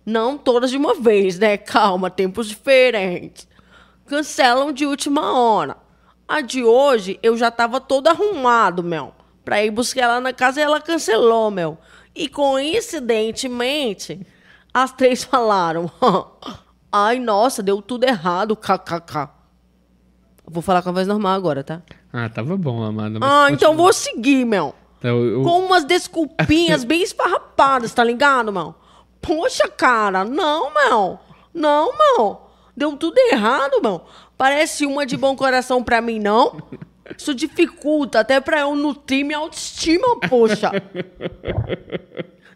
S1: Não todas de uma vez, né? Calma, tempos diferentes. Cancelam de última hora. A de hoje, eu já tava todo arrumado, meu. Pra ir buscar ela na casa e ela cancelou, meu. E coincidentemente, as três falaram. Ai, nossa, deu tudo errado, kkk. Vou falar com a voz normal agora, tá?
S2: Ah, tava bom, Amanda. mas
S1: Ah,
S2: continua.
S1: então vou seguir, meu.
S2: Então, eu-
S1: Com umas desculpinhas bem esfarrapadas, tá ligado, meu? Poxa, cara, não, meu. Não, meu. Deu tudo errado, meu. Parece uma de bom coração pra mim, não? Isso dificulta até pra eu nutrir minha autoestima, poxa.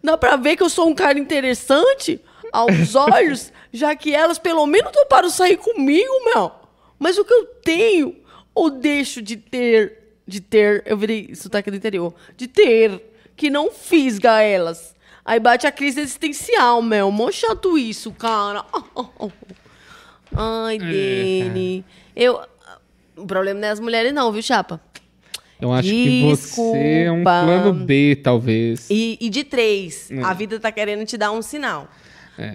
S1: Dá pra ver que eu sou um cara interessante aos olhos, já que elas pelo menos toparam sair comigo, meu. Mas o que eu tenho ou deixo de ter, de ter, eu virei sotaque do interior, de ter, que não fisga elas. Aí bate a crise existencial, meu. Mó chato isso, cara. Ai, Dene. Eu. O problema não é as mulheres, não, viu, Chapa?
S2: Eu acho que você é um
S1: Desculpa.
S2: plano B, talvez.
S1: E, e de três, a vida tá querendo te dar um sinal.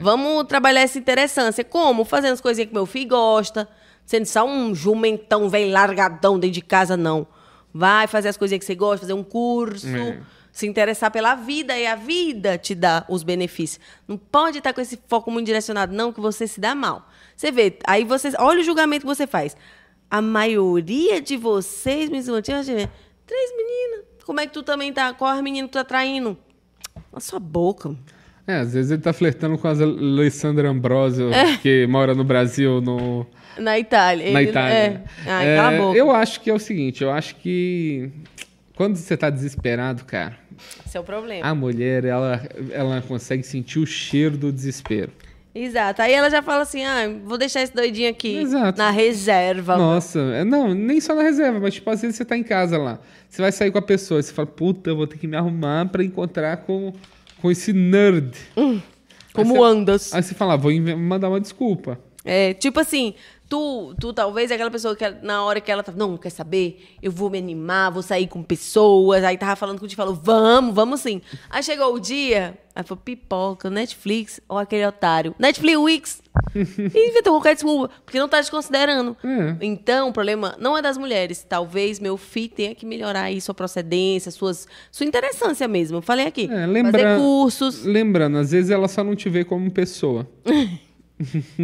S1: Vamos trabalhar essa interessância. Como? Fazendo as coisinhas que meu filho gosta. Sendo só um jumentão velho largadão dentro de casa, não. Vai fazer as coisinhas que você gosta, fazer um curso.
S2: É.
S1: Se interessar pela vida e a vida te dá os benefícios. Não pode estar com esse foco muito direcionado, não, que você se dá mal. Você vê, aí você. Olha o julgamento que você faz. A maioria de vocês, me assim, três meninas. Como é que tu também tá? Qual as meninas que tu tá traindo? Na sua boca.
S2: É, às vezes ele tá flertando com a Alessandra Ambrosio, que mora no Brasil, no,
S1: Na Itália.
S2: na
S1: É. Ele-
S2: Itália.
S1: É. Ai, cala
S2: É,
S1: a boca.
S2: Eu acho que é o seguinte, eu acho que quando você tá desesperado, cara,
S1: Esse é o problema.
S2: a mulher, ela, ela consegue sentir o cheiro do desespero.
S1: Exato. Aí ela já fala assim: ah, vou deixar esse doidinho aqui
S2: Exato.
S1: na reserva.
S2: Nossa, é, não, nem só na reserva, mas tipo, às vezes você tá em casa lá, você vai sair com a pessoa, você fala, puta, eu vou ter que me arrumar pra encontrar com, com esse nerd.
S1: Como
S2: Aí você-
S1: andas?
S2: Aí você fala, "Ah, vou inve- mandar uma desculpa.
S1: É, tipo assim, tu, tu talvez é aquela pessoa que na hora que ela tá, não, quer saber? Eu vou me animar, vou sair com pessoas. Aí tava falando contigo, falou, vamos, vamos sim. Aí chegou o dia, aí falou, pipoca, Netflix, ou aquele otário. Netflix! e inventou qualquer desculpa, porque não tá te considerando.
S2: É.
S1: Então, o problema não é das mulheres. Talvez meu filho tenha que melhorar aí sua procedência, suas, sua interessância mesmo. Eu falei aqui.
S2: É, lembra-
S1: Fazer cursos.
S2: Lembrando, às vezes ela só não te vê como pessoa.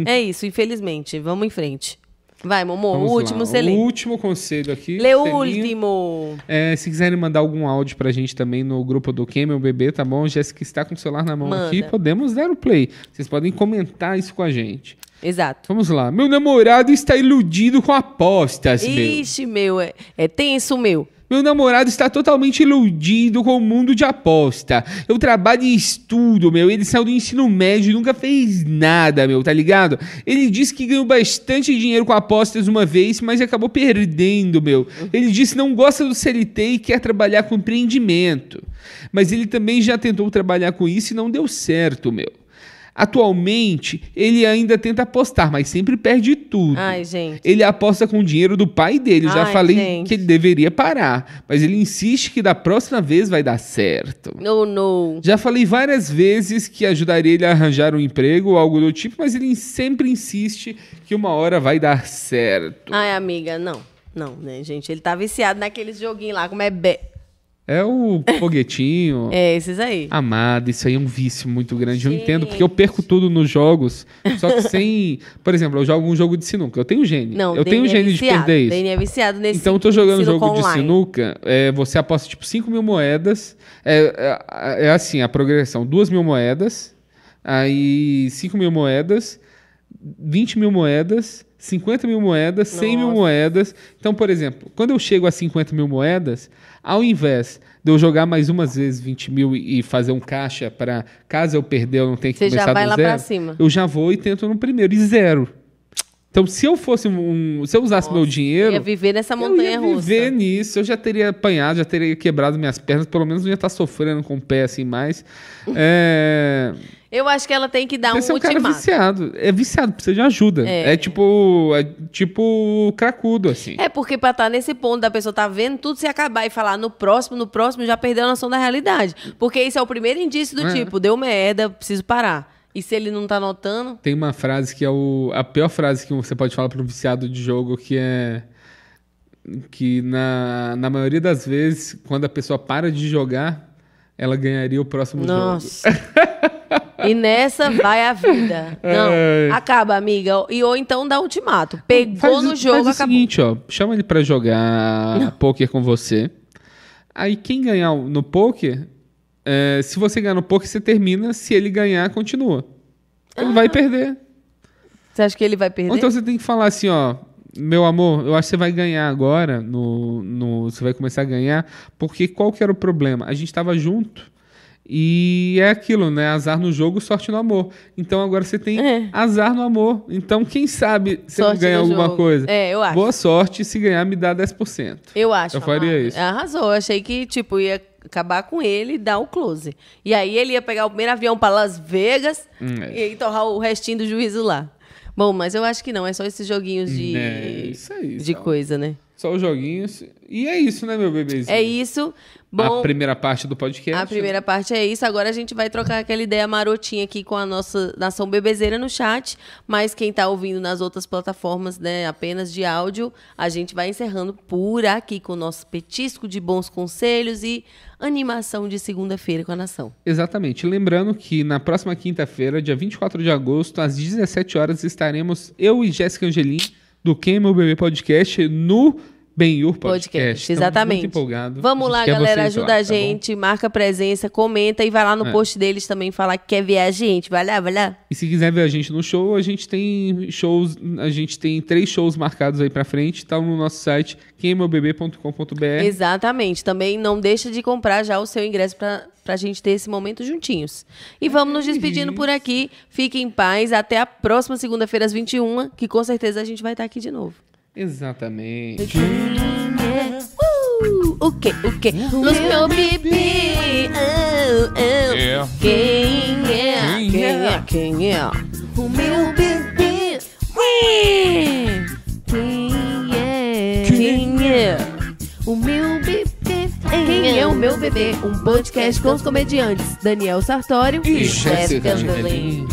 S1: É isso, infelizmente. Vamos em frente. Vai, Momô,
S2: Vamos
S1: o último
S2: lá.
S1: você lê.
S2: O último conselho aqui.
S1: Lê o
S2: selinho.
S1: último.
S2: É, se quiserem mandar algum áudio pra gente também no grupo do Quem é Meu Bebê, tá bom? Jéssica está com o celular na mão
S1: Manda.
S2: aqui, podemos dar o play. Vocês podem comentar isso com a gente.
S1: Exato.
S2: Vamos lá. Meu namorado está iludido com apostas, meu.
S1: Ixi, meu, é, é tenso, meu.
S2: Meu namorado está totalmente iludido com o mundo de aposta. Eu trabalho e estudo, meu. Ele saiu do ensino médio e nunca fez nada, meu, tá ligado? Ele disse que ganhou bastante dinheiro com apostas uma vez, mas acabou perdendo, meu. Ele disse que não gosta do CLT e quer trabalhar com empreendimento. Mas ele também já tentou trabalhar com isso e não deu certo, meu. Atualmente, ele ainda tenta apostar, mas sempre perde tudo.
S1: Ai, gente.
S2: Ele aposta com o dinheiro do pai dele. Eu já
S1: Ai,
S2: falei
S1: gente.
S2: que ele deveria parar, mas ele insiste que da próxima vez vai dar certo.
S1: No, no.
S2: Já falei várias vezes que ajudaria ele a arranjar um emprego ou algo do tipo, mas ele sempre insiste que uma hora vai dar certo.
S1: Ai, amiga, não. Não, né, gente? Ele tá viciado naqueles joguinhos lá, como é. Be...
S2: É o foguetinho.
S1: É, esses aí.
S2: Amada, isso aí é um vício muito grande. Eu
S1: Gente.
S2: entendo, porque eu perco tudo nos jogos. Só que sem. Por exemplo, eu jogo um jogo de sinuca. Eu tenho gene.
S1: Não,
S2: eu tenho
S1: Dene é
S2: gene de
S1: viciado.
S2: perder isso.
S1: Dene é viciado nesse.
S2: Então, eu tô jogando um
S1: sinuca
S2: jogo de
S1: online.
S2: sinuca, é, você aposta tipo 5 mil moedas. É, é- é assim, a progressão: 2 mil moedas, aí 5 mil moedas, 20 mil moedas, 50 mil moedas, 100 mil
S1: Nossa.
S2: moedas. Então, por exemplo, quando eu chego a 50 mil moedas, ao invés de eu jogar mais umas vezes 20 mil e e fazer um caixa para caso eu perder, eu não tenho que
S1: Você já
S2: começar
S1: vai
S2: do
S1: lá
S2: zero,
S1: pra cima.
S2: eu já vou e tento no primeiro, e zero. Então, se eu fosse um. Se eu usasse meu dinheiro.
S1: Ia viver nessa montanha
S2: Eu ia
S1: russa.
S2: viver nisso, eu já teria apanhado, já teria quebrado minhas pernas, pelo menos não ia estar sofrendo com o pé assim mais. É...
S1: Eu acho que ela tem que dar um
S2: Esse é um cara
S1: ultimato.
S2: viciado, é viciado, precisa de ajuda. É, tipo, é tipo cracudo assim.
S1: É porque pra estar nesse ponto da pessoa tá vendo tudo se acabar e falar no próximo, no próximo, já perdeu a noção da realidade. Porque esse é o primeiro indício do
S2: É.
S1: tipo, deu merda, preciso parar. E se ele não tá notando,
S2: Tem uma frase que é o, a pior frase que você pode falar para um viciado de jogo que é que na, na maioria das vezes, quando a pessoa para de jogar, ela ganharia o próximo jogo.
S1: nossa. e nessa vai a vida. Não,
S2: Ai.
S1: acaba, amiga. E ou então dá ultimato. Pegou
S2: Faz-
S1: no jogo,
S2: faz
S1: acabou.
S2: o seguinte, ó, chama ele pra jogar poker com você. Aí quem ganhar no poker, é, se você ganhar no poker, você termina. Se ele ganhar, continua. Ele
S1: Ah.
S2: vai perder.
S1: Você acha que ele vai
S2: Ou
S1: perder?
S2: então você tem que falar assim, ó. Meu amor, eu acho que você vai ganhar agora. No, no, você vai começar a ganhar. Porque qual que era o problema? A gente tava junto. E é aquilo, né? Azar no jogo, sorte no amor. Então agora você tem
S1: É.
S2: azar no amor. Então, quem sabe você não
S1: Sorte
S2: ganha
S1: no
S2: alguma
S1: jogo.
S2: coisa.
S1: É, eu acho.
S2: Boa sorte, se ganhar, me dá 10%.
S1: Eu acho.
S2: Eu faria
S1: amado.
S2: isso.
S1: Arrasou. Eu achei que, tipo, ia acabar com ele e dar o close. E aí ele ia pegar o primeiro avião pra Las Vegas
S2: Hum, é.
S1: e aí torrar o restinho do juízo lá. Bom, mas eu acho que não. É só esses joguinhos de,
S2: É, isso aí,
S1: de
S2: só.
S1: coisa, né?
S2: Só os joguinhos. E é isso, né, meu bebezinho?
S1: É isso. Bom,
S2: a primeira parte do podcast.
S1: A primeira parte é isso. Agora a gente vai trocar aquela ideia marotinha aqui com a nossa nação bebezeira no chat. Mas quem tá ouvindo nas outras plataformas, né, apenas de áudio, a gente vai encerrando por aqui com o nosso petisco de bons conselhos e animação de segunda-feira com a nação.
S2: Exatamente. Lembrando que na próxima quinta-feira, dia 24 de agosto, às 17 horas, estaremos eu e Jéssica Angelim, do Quem é Meu Bebê Podcast, no Benhur Podcast.
S1: Podcast,
S2: Estamos
S1: exatamente.
S2: Muito empolgado.
S1: Vamos
S2: gente
S1: lá,
S2: quer
S1: galera,
S2: vocês
S1: ajuda
S2: lá, tá
S1: a
S2: bom?
S1: gente, marca presença, comenta e vai lá no
S2: É.
S1: post deles também falar que quer ver a gente. Vai lá, vai lá.
S2: E se quiser ver a gente no show, a gente tem shows, a gente tem três shows marcados aí pra frente, tá no nosso site queimeubebê.com.br.
S1: Exatamente. Também não deixa de comprar já o seu ingresso para a gente ter esse momento juntinhos.
S2: É
S1: E vamos nos despedindo por aqui. Fique em paz. Até a próxima segunda-feira, às 21, que com certeza a gente vai estar aqui de novo.
S2: Exatamente.
S1: Uh, o que? O que? Luz meu bebê. Oh, oh.
S2: É.
S1: Quem é? Quem é? Quem é? O meu bebê. Ué! Quem é? Quem é? O meu bebê. Quem é o meu bebê? Um podcast com os comediantes Daniel Sartório
S2: E Jéssica Angelim.